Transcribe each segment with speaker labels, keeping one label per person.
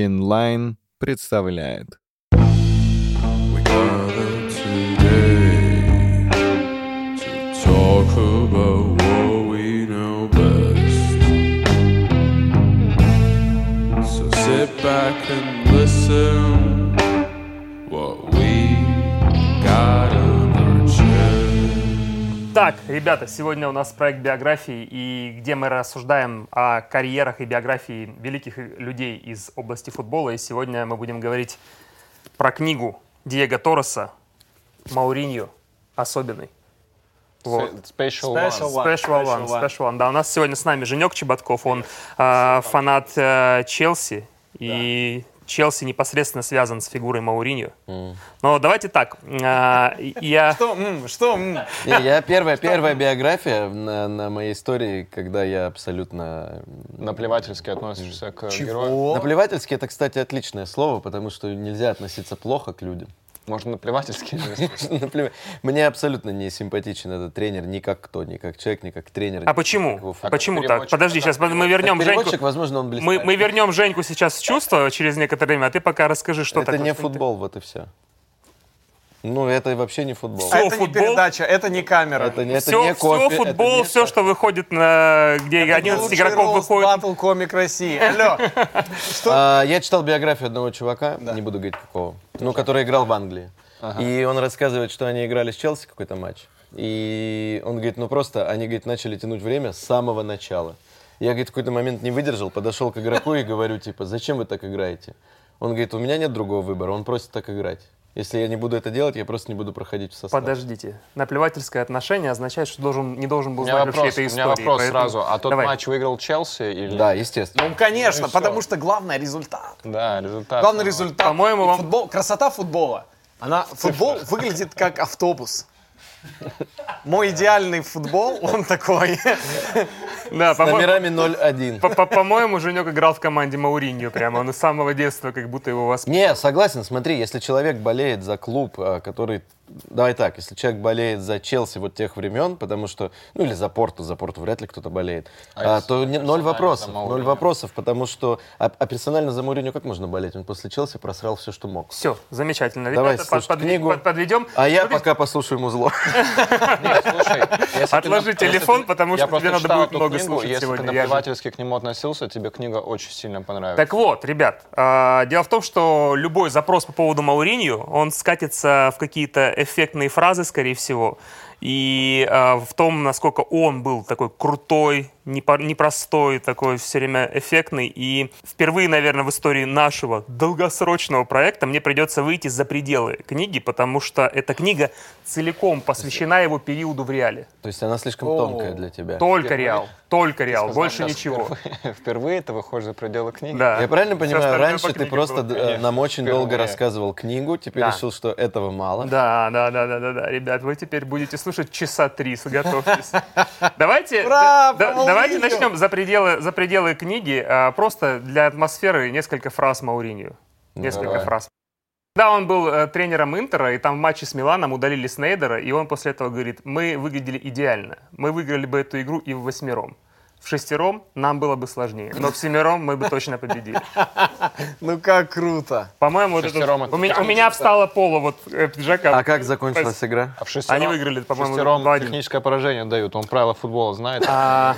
Speaker 1: Винлайн представляет.
Speaker 2: We gathered today to talk about what we know best. So sit back and listen what we got on our chest.
Speaker 3: Так, ребята, сегодня у нас проект биографии, и где мы рассуждаем о карьерах и биографии великих людей из области футбола. И сегодня мы будем говорить про книгу Диего Торреса «Мауриньо. Особенный». Вот.
Speaker 4: Special
Speaker 5: Special One.
Speaker 3: Special
Speaker 4: One. Special
Speaker 3: One,
Speaker 4: One.
Speaker 3: Special One. Да, у нас сегодня с нами Женек Чеботков, он э, фанат э, Челси, и Челси непосредственно связан с фигурой Мауриньо. Но давайте так, э, я...
Speaker 4: Что, м, что, м?
Speaker 5: Не, я первая, первая биография
Speaker 6: э,
Speaker 5: на, на моей истории, когда я абсолютно...
Speaker 6: наплевательски относишься к герою.
Speaker 5: Наплевательски это, кстати, отличное слово, потому что нельзя относиться плохо к людям.
Speaker 6: Можно наплевательски.
Speaker 5: Наплевать. Мне абсолютно не симпатичен этот тренер, ни как кто, ни как человек, ни как тренер.
Speaker 3: А
Speaker 5: ни
Speaker 3: почему?
Speaker 5: как фак-
Speaker 3: Почему так?
Speaker 6: переводчик,
Speaker 3: Подожди,
Speaker 6: да,
Speaker 3: сейчас мы вернем Женьку.
Speaker 5: Переводчик, возможно, он блестящий.
Speaker 3: Мы, мы вернем Женьку сейчас в чувство через некоторое время, а ты пока расскажи, что
Speaker 5: Это
Speaker 3: такое.
Speaker 5: не
Speaker 3: что ты-
Speaker 5: футбол, вот и все. Ну, это вообще не футбол.
Speaker 3: Всё,
Speaker 4: это не
Speaker 3: футбол.
Speaker 4: передача, это не камера.
Speaker 5: Это, не- это
Speaker 3: Все,
Speaker 5: не кофе. это
Speaker 3: футбол,
Speaker 5: не-
Speaker 3: все, что выходит на... Где
Speaker 4: Это не
Speaker 3: 11
Speaker 4: лучший
Speaker 3: игроков
Speaker 4: рост
Speaker 3: выходит.
Speaker 4: Battle комик России. Алло.
Speaker 5: А, я читал биографию одного чувака, не буду говорить какого, ну, который играл в Англии. И он рассказывает, что они играли с Челси какой-то матч. И он говорит, ну просто, они, говорит, начали тянуть время с самого начала. Я, говорит, в какой-то момент не выдержал, подошел к игроку и говорю, типа, зачем вы так играете? Он говорит, у меня нет другого выбора, он просит так играть. Если я не буду это делать, я просто не буду проходить в состав.
Speaker 3: Подождите. Наплевательское отношение означает, что должен, не должен
Speaker 6: У
Speaker 3: был
Speaker 6: меня
Speaker 3: знать вообще
Speaker 6: вопрос, у
Speaker 3: этой истории.
Speaker 6: меня вопрос
Speaker 3: поэтому-
Speaker 6: сразу. А тот
Speaker 3: Давай.
Speaker 6: матч выиграл Челси или...
Speaker 5: Да, естественно.
Speaker 4: Ну, конечно,
Speaker 6: Ну и
Speaker 4: потому
Speaker 6: всё.
Speaker 4: что главное результат.
Speaker 6: Да, результат.
Speaker 4: Главный результат.
Speaker 3: По-моему,
Speaker 4: И
Speaker 3: вам-
Speaker 4: футбол- красота футбола. Она, футбол выглядит как автобус. Мой идеальный футбол, он такой.
Speaker 3: Да,
Speaker 5: С
Speaker 3: по-моему,
Speaker 5: номерами 0-1.
Speaker 3: по- по- по-моему, Женек играл в команде Мауриньо прямо. Он с самого детства как будто его воспитал.
Speaker 5: Не, согласен, смотри, если человек болеет за клуб, а, который... Давай так, если человек болеет за Челси вот тех времен, потому что... Ну, или за Порту, за Порту вряд ли кто-то болеет,
Speaker 6: А
Speaker 5: а,
Speaker 6: если
Speaker 5: то не- ноль
Speaker 6: персонально
Speaker 5: вопросов,
Speaker 6: за
Speaker 5: ноль
Speaker 6: Мауриньо?
Speaker 5: вопросов, потому что... А, а персонально за Мауриньо как можно болеть? Он после Челси просрал все, что мог.
Speaker 3: Все, замечательно.
Speaker 5: Давай
Speaker 3: Ребята,
Speaker 5: слушать книгу.
Speaker 3: подведем.
Speaker 5: А я пока послушаю музло.
Speaker 6: Нет, слушай, если ты
Speaker 3: Отложи
Speaker 6: нап- если
Speaker 3: телефон,
Speaker 6: ты-
Speaker 3: потому
Speaker 6: я
Speaker 3: что
Speaker 6: просто
Speaker 3: тебе надо
Speaker 6: читал
Speaker 3: будет
Speaker 6: эту
Speaker 3: много
Speaker 6: книгу,
Speaker 3: слушать
Speaker 6: Если ты
Speaker 3: сегодня, я же-
Speaker 6: наплевательски к нему относился, тебе книга очень сильно понравилась.
Speaker 3: Так вот, ребят, а, дело в том, что любой запрос по поводу Мауриньо, он скатится в какие-то эффектные фразы, скорее всего, и а, в том, насколько он был такой крутой, непо- непростой, такой все время эффектный. И впервые, наверное, в истории нашего долгосрочного проекта мне придется выйти за пределы книги, потому что эта книга целиком посвящена его периоду в Реале.
Speaker 5: То есть она слишком
Speaker 4: О,
Speaker 5: тонкая для тебя.
Speaker 3: Только Реал, только Реал,
Speaker 6: Сказал,
Speaker 3: больше
Speaker 6: да,
Speaker 3: ничего.
Speaker 6: впервые- Впервые ты выходишь за пределы книги.
Speaker 3: Да.
Speaker 5: Я правильно
Speaker 3: Всё
Speaker 5: понимаю,
Speaker 3: остальное
Speaker 5: раньше
Speaker 3: по
Speaker 5: ты
Speaker 3: книге
Speaker 5: просто
Speaker 3: было.
Speaker 5: д-
Speaker 6: конечно,
Speaker 5: нам очень долго
Speaker 6: впервые.
Speaker 5: рассказывал книгу, теперь
Speaker 3: Да.
Speaker 5: решил, что этого мало.
Speaker 3: Да, да, да, да, да, да. Ребят, вы теперь будете слушать часа три, готовьтесь. Давайте,
Speaker 4: Ура,
Speaker 3: да-
Speaker 4: Мауриньо!
Speaker 3: давайте начнем за пределы, за пределы книги. а, Просто для атмосферы несколько фраз Мауринью. Несколько
Speaker 6: Ну, давай.
Speaker 3: фраз. Да, он был э, тренером Интера, и там в матче с Миланом удалили Снейдера, и он после этого говорит, мы выглядели идеально. Мы выиграли бы эту игру и в восьмером. В шестером нам было бы сложнее, но в семером мы бы точно победили.
Speaker 4: Ну как круто.
Speaker 3: По-моему, вот это-
Speaker 6: Шестером это
Speaker 3: у меня- у
Speaker 6: там
Speaker 3: меня встало поло вот э, пиджака.
Speaker 5: А как закончилась игра?
Speaker 6: А в шестером,
Speaker 3: Они выиграли, ну, по-моему,
Speaker 6: шестером
Speaker 3: 2-1.
Speaker 6: техническое поражение дают. Он правила футбола знает.
Speaker 3: А,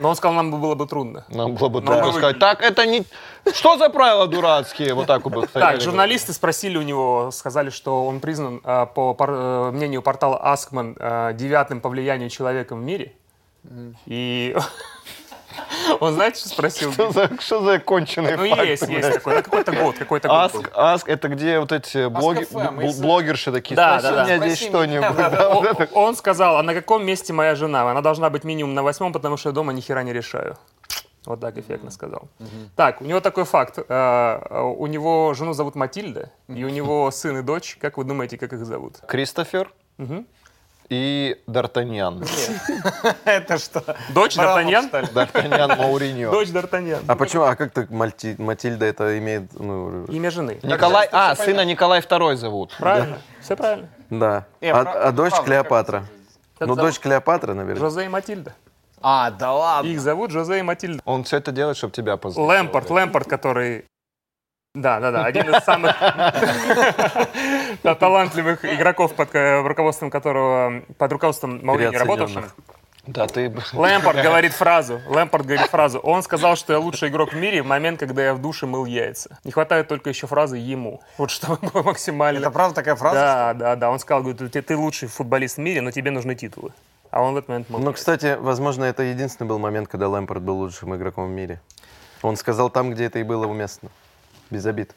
Speaker 3: Но он сказал, нам бы было бы трудно.
Speaker 6: Нам было бы
Speaker 3: Но
Speaker 6: трудно
Speaker 3: Ну, мы
Speaker 6: сказать, так это не... Что за правила дурацкие? Вот так вот бы. кстати,
Speaker 3: Так,
Speaker 6: они
Speaker 3: журналисты спросили у него, сказали, что он признан, э, по пор- э, мнению портала Askman, э, девятым по влиянию человеком в мире. И он, знаете, что спросил?
Speaker 6: Что за, что за конченый
Speaker 3: Ну,
Speaker 6: факт?
Speaker 3: есть, есть такой. Ну, какой-то год, какой-то год.
Speaker 6: Аск,
Speaker 3: был.
Speaker 6: аск, это где вот эти блоги-
Speaker 4: FM,
Speaker 6: бл-
Speaker 4: если-
Speaker 6: блогерши такие,
Speaker 3: Да,
Speaker 6: спроси
Speaker 3: да, да.
Speaker 6: меня здесь
Speaker 4: Спроси
Speaker 6: что-нибудь.
Speaker 4: меня,
Speaker 6: да, вот
Speaker 3: О-
Speaker 6: это.
Speaker 3: Он сказал, а на каком месте моя жена? Она должна быть минимум на восьмом, потому что я дома ни хера не решаю. Вот так эффектно сказал. Так, у него такой факт. Э, У него жену зовут Матильда, и у него сын и дочь. Как вы думаете, как их зовут?
Speaker 6: Кристофер и Д'Артаньян.
Speaker 4: Это что?
Speaker 3: Дочь
Speaker 4: Браво,
Speaker 3: Д'Артаньян?
Speaker 6: Д'Артаньян Мауриньо.
Speaker 3: Дочь Д'Артаньян.
Speaker 5: А почему? А как так Мальти- Матильда это имеет... ну,
Speaker 3: Имя жены.
Speaker 6: Николай, а, сына Николай II зовут.
Speaker 3: Правильно? Все правильно.
Speaker 6: Ну,
Speaker 5: Да.
Speaker 4: Э,
Speaker 5: а,
Speaker 4: прав-
Speaker 5: а дочь
Speaker 4: правда,
Speaker 5: Клеопатра.
Speaker 3: как
Speaker 5: Ну,
Speaker 3: зовут?
Speaker 5: дочь Клеопатра, наверное.
Speaker 3: Жозе и Матильда.
Speaker 4: А, да ладно.
Speaker 3: Их зовут Жозе и Матильда.
Speaker 6: Он все это делает, чтобы тебя позвать.
Speaker 3: Лэмпорт, Лэмпорт, который... Да, да, да, один из самых да, талантливых игроков, под э, руководством которого, под руководством Маурини работавшим.
Speaker 6: Да, а ты... б-
Speaker 3: Лэмпорт говорит фразу, Лэмпорт говорит фразу. Он сказал, что я лучший игрок в мире в момент, когда я в душе мыл яйца. Не хватает только еще фразы ему. Вот чтобы было максимально.
Speaker 4: Это правда такая фраза?
Speaker 3: Да, да, да. Он сказал, говорит, ты, ты лучший футболист в мире, но тебе нужны титулы. А он в этот момент мог.
Speaker 5: Ну, кстати, возможно, это единственный был момент, когда Лэмпорт был лучшим игроком в мире. Он сказал там, где это и было уместно. Без обид.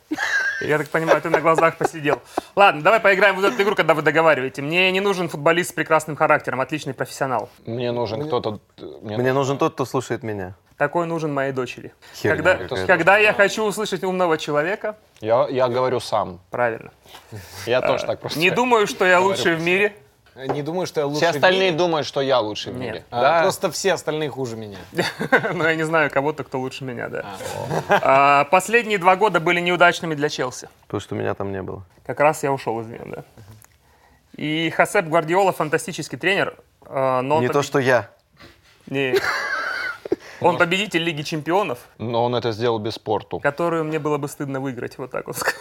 Speaker 3: Я так понимаю, ты на глазах посидел. Ладно, давай поиграем в вот эту игру, когда вы договариваете. Мне не нужен футболист с прекрасным характером, отличный профессионал.
Speaker 6: Мне нужен кто-то... э, мне-
Speaker 5: Мне нужен тот, кто слушает меня.
Speaker 3: Такой нужен моей дочери.
Speaker 5: Херня
Speaker 3: Когда,
Speaker 5: какая-то.
Speaker 3: когда я хочу услышать умного человека,
Speaker 6: Я, я говорю сам.
Speaker 3: правильно.
Speaker 6: Я тоже так просто.
Speaker 3: Э, Не думаю, что я лучший в мире.
Speaker 4: Не думаю, что я лучше.
Speaker 6: Все остальные думают, что я лучший в
Speaker 3: Нет.
Speaker 6: мире.
Speaker 4: Да.
Speaker 6: Да.
Speaker 4: Просто все остальные хуже меня.
Speaker 3: Но я не знаю кого-то, кто лучше меня, да. А, Последние два года были неудачными для Челси.
Speaker 5: Потому что меня там не было.
Speaker 3: Как раз я ушел из нее, да. И Хасеп Гвардиола фантастический тренер, а, но он
Speaker 5: Не то,
Speaker 3: побед-
Speaker 5: что я.
Speaker 3: не. Он победитель Лиги Чемпионов,
Speaker 6: Но
Speaker 4: Ну,
Speaker 6: он это сделал без спорту.
Speaker 3: которую мне было бы стыдно выиграть, вот так вот. скажу.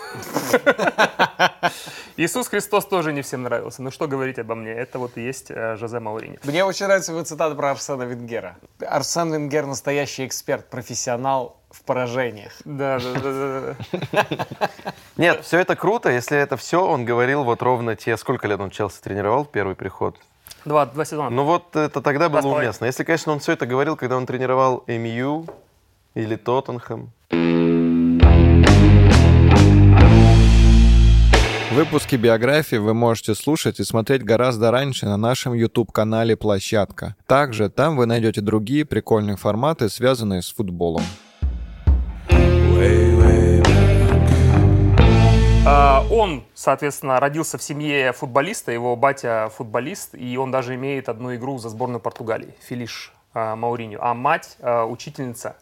Speaker 3: Иисус Христос тоже не всем нравился. Ну что говорить обо мне? Это вот и есть э, Жозе Маурини.
Speaker 4: Мне очень нравится его цитата про Арсена Венгера. Арсен Венгер настоящий эксперт, профессионал в поражениях.
Speaker 3: Да, да, да, да.
Speaker 5: Нет, все это круто, если это все он говорил вот ровно те, сколько лет он Челси тренировал, первый приход.
Speaker 3: Два, два сезона.
Speaker 5: Ну вот это тогда было
Speaker 3: половиной.
Speaker 5: уместно. Если, конечно, он все это говорил, когда он тренировал МЮ или Тоттенхэм.
Speaker 1: Выпуски биографии вы можете слушать и смотреть гораздо раньше на нашем YouTube-канале «Площадка». Также там вы найдете другие прикольные форматы, связанные с футболом.
Speaker 2: Way, way back.
Speaker 3: А, Он, соответственно, родился в семье футболиста, его батя футболист, и он даже имеет одну игру за сборную Португалии, Филиш а, Мауриньо. А мать а, учительница,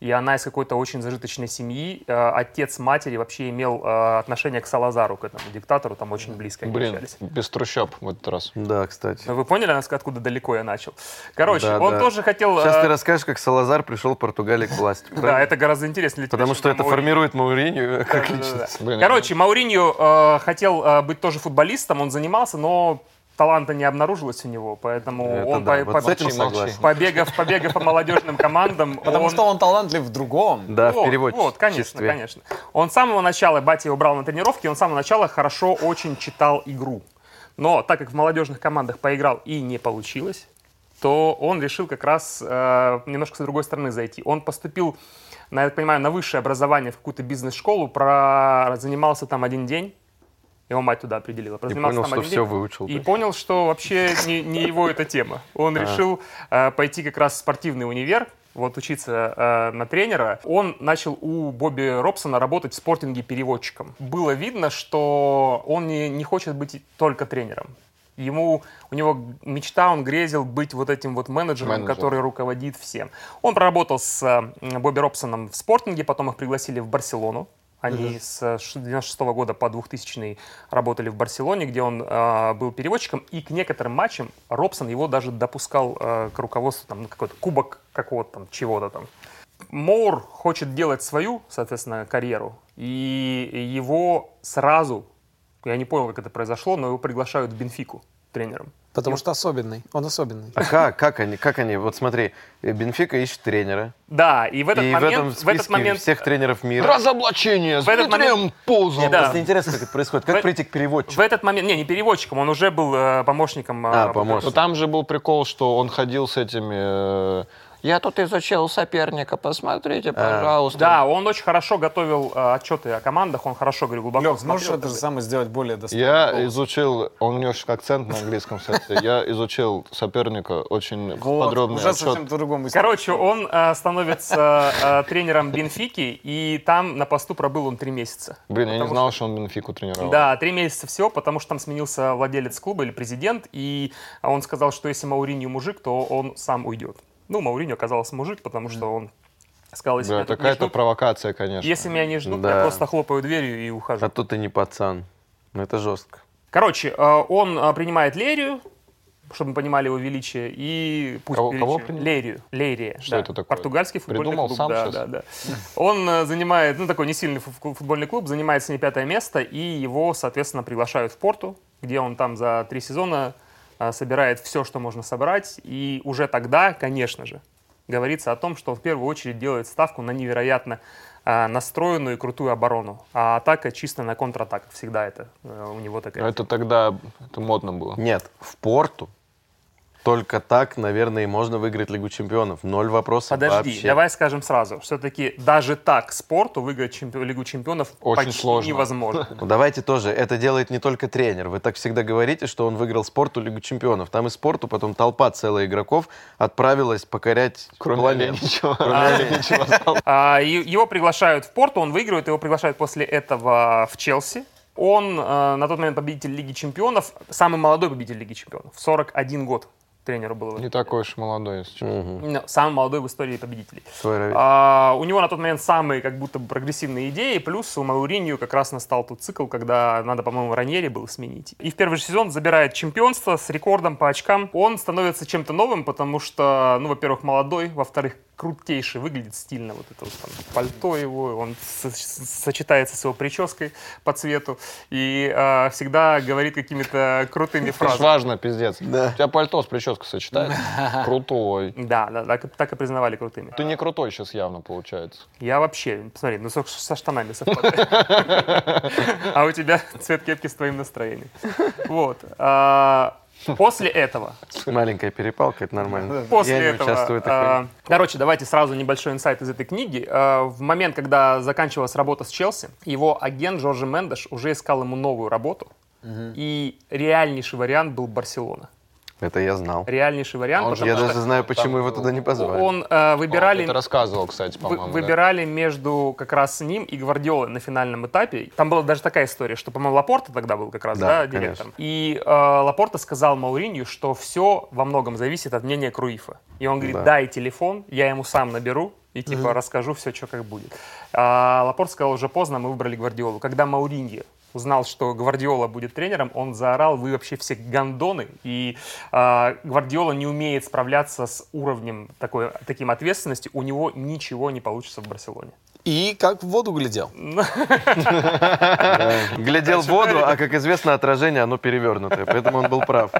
Speaker 3: и она из какой-то очень зажиточной семьи. А, Отец матери вообще имел а, отношение к Салазару, к этому диктатору, там очень близко они
Speaker 6: Блин,
Speaker 3: общались.
Speaker 6: без трущоб в этот раз.
Speaker 5: Да, кстати.
Speaker 3: А Вы поняли, нас- откуда далеко я начал? Короче,
Speaker 5: Да,
Speaker 3: он
Speaker 5: да.
Speaker 3: тоже хотел...
Speaker 5: Сейчас
Speaker 3: а,
Speaker 5: ты расскажешь, как Салазар пришел в Португалии к власти.
Speaker 3: Да,
Speaker 5: правильно?
Speaker 3: это гораздо интереснее.
Speaker 5: Потому что это
Speaker 3: формирует
Speaker 5: формирует Мауринию как
Speaker 3: Да-да-да.
Speaker 5: личность.
Speaker 6: Блин,
Speaker 3: Короче, Мауриньо э, хотел э, быть тоже футболистом, он занимался, но таланта не обнаружилось у него, поэтому
Speaker 5: Это
Speaker 3: он
Speaker 5: да,
Speaker 3: по-
Speaker 5: вот с
Speaker 3: по-
Speaker 5: этим согласен.
Speaker 3: побегав, побегав по молодежным командам.
Speaker 4: Потому
Speaker 3: он-
Speaker 4: что он талантлив в другом.
Speaker 5: Да, в
Speaker 3: вот,
Speaker 5: переводе.
Speaker 3: Вот, конечно,
Speaker 5: чувстве.
Speaker 3: конечно. Он с самого начала, батя его брал на тренировки, он с самого начала хорошо очень читал игру. Но так как в молодежных командах поиграл и не получилось, то он решил как раз э, немножко с другой стороны зайти. Он поступил, на, я так понимаю, на высшее образование в какую-то бизнес-школу, про... занимался там один день, его мать туда определила.
Speaker 5: И
Speaker 3: Занимался
Speaker 5: понял,
Speaker 3: там
Speaker 5: что
Speaker 3: один
Speaker 5: все
Speaker 3: день.
Speaker 5: выучил.
Speaker 3: И
Speaker 5: да. А.
Speaker 3: понял, что вообще не, не его эта тема. Он решил э, пойти как раз в спортивный универ, вот учиться э, на тренера. Он начал у Бобби Робсона работать в спортинге переводчиком. Было видно, что он не, не хочет быть только тренером. Ему, у него мечта, он грезил быть вот этим вот менеджером,
Speaker 6: Менеджером.
Speaker 3: который руководит всем. Он проработал с э, Бобби Робсоном в спортинге, потом их пригласили в Барселону. Они с 1996 года по 2000 работали в Барселоне, где он э, был переводчиком, и к некоторым матчам Робсон его даже допускал э, к руководству, там, ну, какой-то кубок какого-то там, чего-то там. Моур хочет делать свою, соответственно, карьеру, и его сразу, я не понял, как это произошло, но его приглашают в Бенфику тренером.
Speaker 4: Потому что особенный. Он особенный.
Speaker 5: А как, как они, как они? Вот смотри, э, Бенфика ищет тренера.
Speaker 3: Да, и в этот
Speaker 5: и в этом
Speaker 3: момент...
Speaker 5: списке
Speaker 3: этот момент
Speaker 5: всех тренеров мира.
Speaker 6: Разоблачение с
Speaker 3: В этот
Speaker 6: Дмитрием
Speaker 3: момент-
Speaker 6: Пузом.
Speaker 3: Да.
Speaker 5: Ну, Просто интересно, как это происходит. Как
Speaker 3: В-
Speaker 5: прийти к
Speaker 3: в
Speaker 5: переводчику?
Speaker 3: этот момент... Не, не переводчиком, он уже был э, помощником... э,
Speaker 5: А,
Speaker 6: Но
Speaker 5: помощник.
Speaker 6: там же был прикол, что он ходил с этими... э, Я тут изучил соперника, посмотрите, пожалуйста.
Speaker 3: Да, он очень хорошо готовил э, отчеты о командах, он хорошо говорил глубоко.
Speaker 4: Лёх, можешь
Speaker 3: смотрел,
Speaker 4: это же
Speaker 3: как бы.
Speaker 4: самое сделать более доступно?
Speaker 6: Я изучил, он у него еще акцент на английском, кстати. Я изучил соперника очень
Speaker 4: Вот,
Speaker 6: подробный
Speaker 4: уже
Speaker 6: отчет.
Speaker 4: совсем по-другому.
Speaker 3: Короче, он э, становится э, тренером Бенфики, и там на посту пробыл он три месяца.
Speaker 6: Блин, я не знал, что он Бенфику тренировал.
Speaker 3: Да, три месяца всего, потому что там сменился владелец клуба или президент, и он сказал, что если Мауриньо мужик, то он сам уйдет. Ну, Мауриньо оказался мужик, потому что он сказал, если,
Speaker 6: Да,
Speaker 3: меня, тут не
Speaker 6: какая-то
Speaker 3: ждут,
Speaker 6: провокация, конечно.
Speaker 3: если меня не ждут, я
Speaker 5: Да.
Speaker 3: просто хлопаю дверью и ухожу.
Speaker 5: А тут ты не пацан. Ну это жестко.
Speaker 3: Короче, э, он э, принимает Лерию, чтобы мы понимали его величие, и пусть
Speaker 6: Кого- кого
Speaker 3: величие.
Speaker 6: принимать?
Speaker 3: Лерию. Лерия.
Speaker 6: Что
Speaker 3: да.
Speaker 6: это такое?
Speaker 3: Португальский футбольный
Speaker 6: Придумал
Speaker 3: клуб.
Speaker 6: сам
Speaker 3: да,
Speaker 6: щас?
Speaker 3: да, да. Он э, занимает, ну, такой не сильный фу- фу- футбольный клуб, занимает с ней пятое место, и его, соответственно, приглашают в Порту, где он там за три сезона э, собирает все, что можно собрать, и уже тогда, конечно же, говорится о том, что он в первую очередь делает ставку на невероятно э, настроенную и крутую оборону, а атака чисто на контратаках всегда это э, у него такая.
Speaker 6: Но А это тогда это модно было.
Speaker 5: Нет, в порту только так, наверное, и можно выиграть Лигу чемпионов. Ноль вопросов
Speaker 3: Подожди,
Speaker 5: вообще.
Speaker 3: давай скажем сразу. Все-таки даже так спорту выиграть чемпи- Лигу чемпионов
Speaker 6: Очень
Speaker 3: почти
Speaker 6: сложно.
Speaker 3: невозможно.
Speaker 5: Ну, Давайте тоже. Это делает не только тренер. Вы так всегда говорите, что он выиграл спорту Лигу чемпионов. Там и спорту потом толпа целая игроков отправилась покорять
Speaker 6: Кроме
Speaker 5: планету.
Speaker 6: ничего.
Speaker 5: Кроме Оленя.
Speaker 3: А, и- его приглашают в порту, он выигрывает, его приглашают после этого в Челси. Он э, на тот момент победитель Лиги чемпионов, самый молодой победитель Лиги чемпионов. 41 год тренеру было. в
Speaker 6: Не такой уж молодой, если честно.
Speaker 3: Ну, Самый молодой в истории победителей.
Speaker 5: Твой ровесник.
Speaker 3: А, у него на тот момент самые как будто бы прогрессивные идеи, плюс у Мауринью как раз настал тот цикл, когда надо, по-моему, Раньери было сменить. И в первый же сезон забирает чемпионство с рекордом по очкам. Он становится чем-то новым, потому что, ну, во-первых, молодой, во-вторых, крутейший, выглядит стильно вот это вот там пальто его, он со- с- сочетается с его прической по цвету и а, всегда говорит какими-то крутыми
Speaker 6: Это ж
Speaker 3: фразами.
Speaker 6: важно, пиздец. У тебя пальто с прической сочетается. Крутой.
Speaker 3: Да, да, так, так и признавали крутыми.
Speaker 6: Ты не крутой сейчас явно получается.
Speaker 3: Я вообще, посмотри, ну со, со штанами совпадает. А у тебя цвет кепки с твоим настроением. Вот. а, После этого,
Speaker 5: Маленькая перепалка, это нормально.
Speaker 3: А. после
Speaker 5: Я не
Speaker 3: этого,
Speaker 5: участвую в такой.
Speaker 3: а, короче, давайте сразу небольшой инсайт из этой книги. А, В момент, когда заканчивалась работа с Челси, его агент Жоржи Мендеш уже искал ему новую работу, и реальнейший вариант был Барселона.
Speaker 5: Это я знал.
Speaker 3: Реальнейший вариант, потому
Speaker 5: Я
Speaker 6: же-
Speaker 5: даже знаю, почему его туда не
Speaker 3: что
Speaker 5: позвали.
Speaker 3: он а,
Speaker 6: Ты
Speaker 3: выбирали
Speaker 6: это рассказывал, кстати,
Speaker 3: Вы-
Speaker 6: по-моему. да?
Speaker 3: выбирали между как раз ним и Гвардиолой на финальном этапе. Там была даже такая история, что, по-моему, Лапорта тогда был как раз да,
Speaker 5: Да,
Speaker 3: директором. И э, Лапорта сказал Мауринью, что все во многом зависит от мнения Круифа. И он говорит,
Speaker 5: Да.
Speaker 3: дай телефон, я ему сам наберу и типа расскажу все, что как будет. А Лапорт сказал, уже поздно, мы выбрали Гвардиолу. Когда Мауриньи узнал, что Гвардиола будет тренером, он заорал, вы вообще все гандоны, и а, Гвардиола не умеет справляться с уровнем такой, таким ответственности, у него ничего не получится в Барселоне.
Speaker 4: И как в воду глядел.
Speaker 5: Глядел в воду, а, как известно, отражение, оно перевернутое. Поэтому он был прав.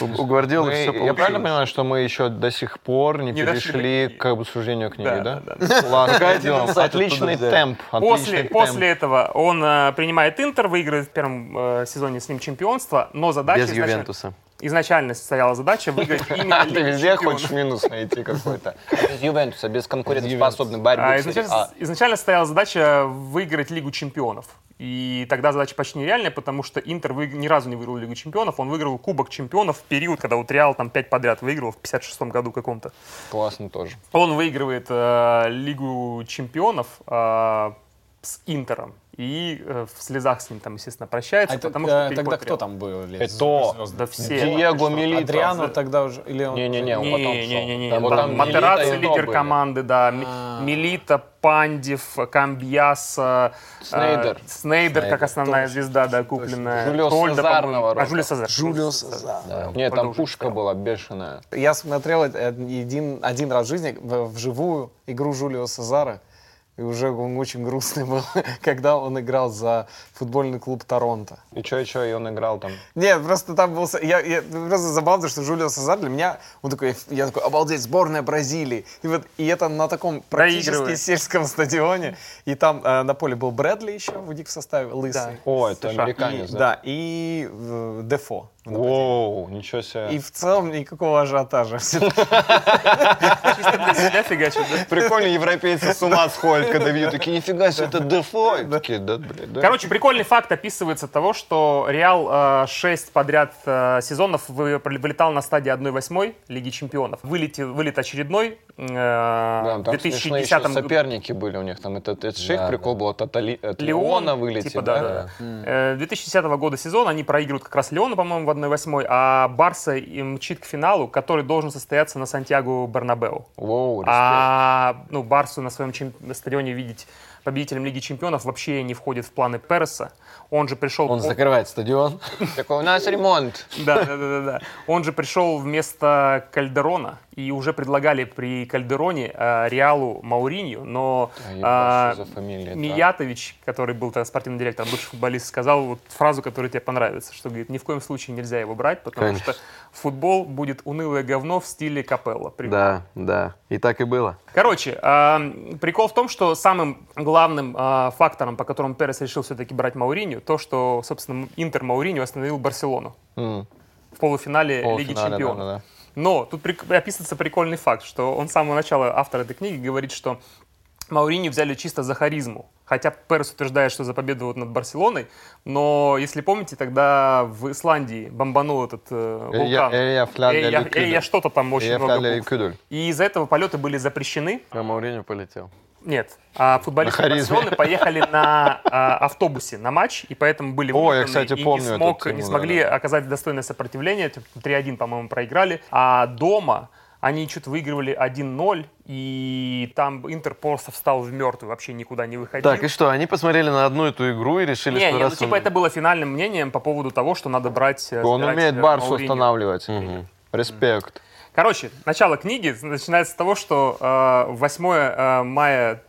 Speaker 5: У, у Гвардиолы
Speaker 6: Мы-
Speaker 5: все получилось.
Speaker 6: я правильно понимаю, что мы еще до сих пор Ну, не,
Speaker 3: Не дошли до
Speaker 6: перешли
Speaker 3: книги.
Speaker 6: к обсуждению книги,
Speaker 3: Да,
Speaker 6: да? Ладно, идем.
Speaker 5: инсайт
Speaker 6: Отличный
Speaker 5: оттуда взяли.
Speaker 6: темп. отличный
Speaker 3: После,
Speaker 6: темп.
Speaker 3: после этого он э, принимает Интер, выигрывает в первом э, сезоне с ним чемпионство, но задача
Speaker 5: Без
Speaker 3: изначально-
Speaker 5: Ювентуса.
Speaker 3: изначально состояла задача выиграть именно
Speaker 6: А, Ты
Speaker 3: Лигу
Speaker 6: везде
Speaker 3: чемпионов.
Speaker 6: хочешь минус найти какой-то. Без Ювентуса, а без конкурентоспособной борьбы.
Speaker 3: А, изначально, изначально стояла задача выиграть Лигу чемпионов. И тогда задача почти нереальная, потому что Интер вы- ни разу не выиграл Лигу чемпионов. Он выиграл Кубок чемпионов в период, когда вот Реал там 5 подряд выиграл в 56-м году каком-то.
Speaker 6: классно тоже.
Speaker 3: Он выигрывает э, Лигу чемпионов э, с Интером. И э, в слезах с ним там, естественно, прощается.
Speaker 4: А это,
Speaker 3: потому
Speaker 4: э,
Speaker 3: что
Speaker 4: тогда
Speaker 3: переход
Speaker 4: кто
Speaker 3: Реала.
Speaker 4: там был?
Speaker 6: Это
Speaker 3: Да все.
Speaker 6: Диего Милитов.
Speaker 4: Адриано тогда уже... Или он...
Speaker 6: Не-не-не, он потом
Speaker 3: Не, не, не, не,
Speaker 6: шел.
Speaker 3: там,
Speaker 6: вот там
Speaker 3: Матерацци
Speaker 6: Милита и
Speaker 3: лидер
Speaker 6: Нобли.
Speaker 3: команды, да, Ми- Милита, Пандев, Камбьяс, э,
Speaker 6: Снейдер.
Speaker 3: э, Снейдер как основная звезда, да, купленная.
Speaker 6: Жулио
Speaker 3: Тольда,
Speaker 6: Сезар
Speaker 3: по-моему.
Speaker 6: наоборот.
Speaker 3: А Жулио Сезар.
Speaker 4: Джулио Сезар.
Speaker 6: Нет, там
Speaker 3: Продолжим.
Speaker 6: пушка была бешеная.
Speaker 4: Я смотрел это один, один раз в жизни в- вживую игру Жулио Сезара, и уже он очень грустный был, когда он играл за футбольный клуб Торонто.
Speaker 6: И чё, и чё, и он играл там.
Speaker 4: Не, просто там был... с- Я, я- просто забавно, что Жулио Сезар для меня... Он такой, я такой, обалдеть, сборная Бразилии. И, вот, и это на таком практически
Speaker 3: Доигрывает.
Speaker 4: сельском стадионе. И там э, на поле был Брэдли еще в них в составе, лысый.
Speaker 6: О, это
Speaker 3: США.
Speaker 4: И-
Speaker 6: американец, да?
Speaker 4: да, и э, Дефо.
Speaker 6: Воу, ничего себе.
Speaker 4: И в целом никакого ажиотажа. Все
Speaker 3: Для себя фигачит, да?
Speaker 6: Прикольно, европейцы с ума сходят, когда видят, такие, нифига себе, это Дефо. И Такие, да, блин, да.
Speaker 3: Короче, прикольный факт описывается того, что Реал 6 подряд э, сезонов вы- вылетал на стадии 1-8 Лиги Чемпионов. Вылете- вылет очередной э,
Speaker 6: Да,
Speaker 3: в
Speaker 6: там смешные еще
Speaker 3: 2010 году.
Speaker 6: соперники были у них. Там этот, этот шейх прикол был, от, от, Али- от
Speaker 3: Леон,
Speaker 6: Леона вылетел.
Speaker 3: типа, да, да. Э, 2010 года сезон, они проигрывают как раз Леону, по-моему, в 1-8, а Барса им мчит к финалу, который должен состояться на Сантьяго Барнабеу.
Speaker 6: Воу, респект.
Speaker 3: А ну, Барсу на своем чем- стадионе видеть победителем Лиги Чемпионов, вообще не входит в планы Переса. Он же пришел...
Speaker 5: Он закрывает стадион.
Speaker 6: Такой, у нас ремонт.
Speaker 3: Да, да, да, да, да. Он же пришел вместо Кальдерона, и уже предлагали при Кальдероне э, Реалу Мауринью, но
Speaker 6: ебать, А, что
Speaker 3: э,
Speaker 6: за фамилия-то?
Speaker 3: Миятович, который был тогда спортивным директором, бывший футболист, сказал вот фразу, которая тебе понравится, что говорит, ни в коем случае нельзя его брать, потому
Speaker 5: Конечно.
Speaker 3: что футбол будет унылое говно в стиле капелла. Примерно.
Speaker 5: Да, да. И так и было.
Speaker 3: Короче, а, прикол в том, что самым главным а, фактором, по которому Перес решил все-таки брать Мауриню, то, что, собственно, Интер Мауриню остановил Барселону в полуфинале Лиги
Speaker 6: Полуфинале,
Speaker 3: Чемпионов.
Speaker 6: да-да-да.
Speaker 3: Но тут прик- описывается прикольный факт, что он с самого начала, автор этой книги, говорит, что Маурини взяли чисто за харизму. Хотя Перес утверждает, что за победу вот над Барселоной, но если помните, тогда в Исландии бомбанул этот э,
Speaker 6: Элья-
Speaker 3: вулкан.
Speaker 6: Элья Флядля
Speaker 3: Элья-
Speaker 6: Люкюдя.
Speaker 3: Элья что-то там очень
Speaker 6: Элья
Speaker 3: много
Speaker 6: Флядля
Speaker 3: букв.
Speaker 6: Люкюдуль.
Speaker 3: И из-за этого полеты были запрещены,
Speaker 5: А Мауриню полетел.
Speaker 3: нет. А футболисты
Speaker 6: На харизме.
Speaker 3: Барселоны поехали на а, автобусе на матч, и поэтому были
Speaker 6: О, я,
Speaker 3: вымотаны,
Speaker 6: кстати,
Speaker 3: и не,
Speaker 6: помню эту
Speaker 3: смог-
Speaker 6: тему,
Speaker 3: не смогли
Speaker 6: да-да.
Speaker 3: оказать достойное сопротивление. Типа, 3-1, по-моему, проиграли. А дома они что-то выигрывали 1-0, и там Интер просто встал в мертвый, вообще никуда не выходил.
Speaker 5: Так, и что, они посмотрели на одну эту игру и решили,
Speaker 3: не,
Speaker 5: что
Speaker 3: не, ну
Speaker 5: раз
Speaker 3: типа
Speaker 5: он-
Speaker 3: это было финальным мнением по поводу того, что надо брать... э,
Speaker 6: Он
Speaker 3: забирать,
Speaker 6: умеет
Speaker 3: э,
Speaker 6: Барсу
Speaker 3: Мауриньо.
Speaker 6: устанавливать. Респект.
Speaker 3: Короче, начало книги начинается с того, что э, 8 э, мая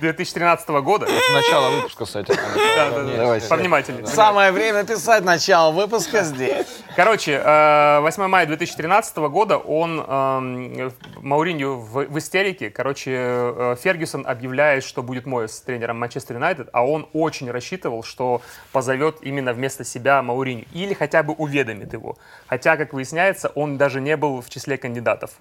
Speaker 3: 2013 года...
Speaker 6: Начало выпуска, кстати.
Speaker 3: Да, да, да.
Speaker 5: Давайте.
Speaker 3: Повнимательнее.
Speaker 4: Самое время писать начало выпуска здесь.
Speaker 3: Короче, э, 8 мая 2013 года он эм, Мауринью в, в истерике. Короче, э, Фергюсон объявляет, что будет Мойс с тренером Манчестер Юнайтед, а он очень рассчитывал, что позовет именно вместо себя Мауринью. Или хотя бы уведомит его. Хотя, как выясняется, он даже не был в числе кандидатов.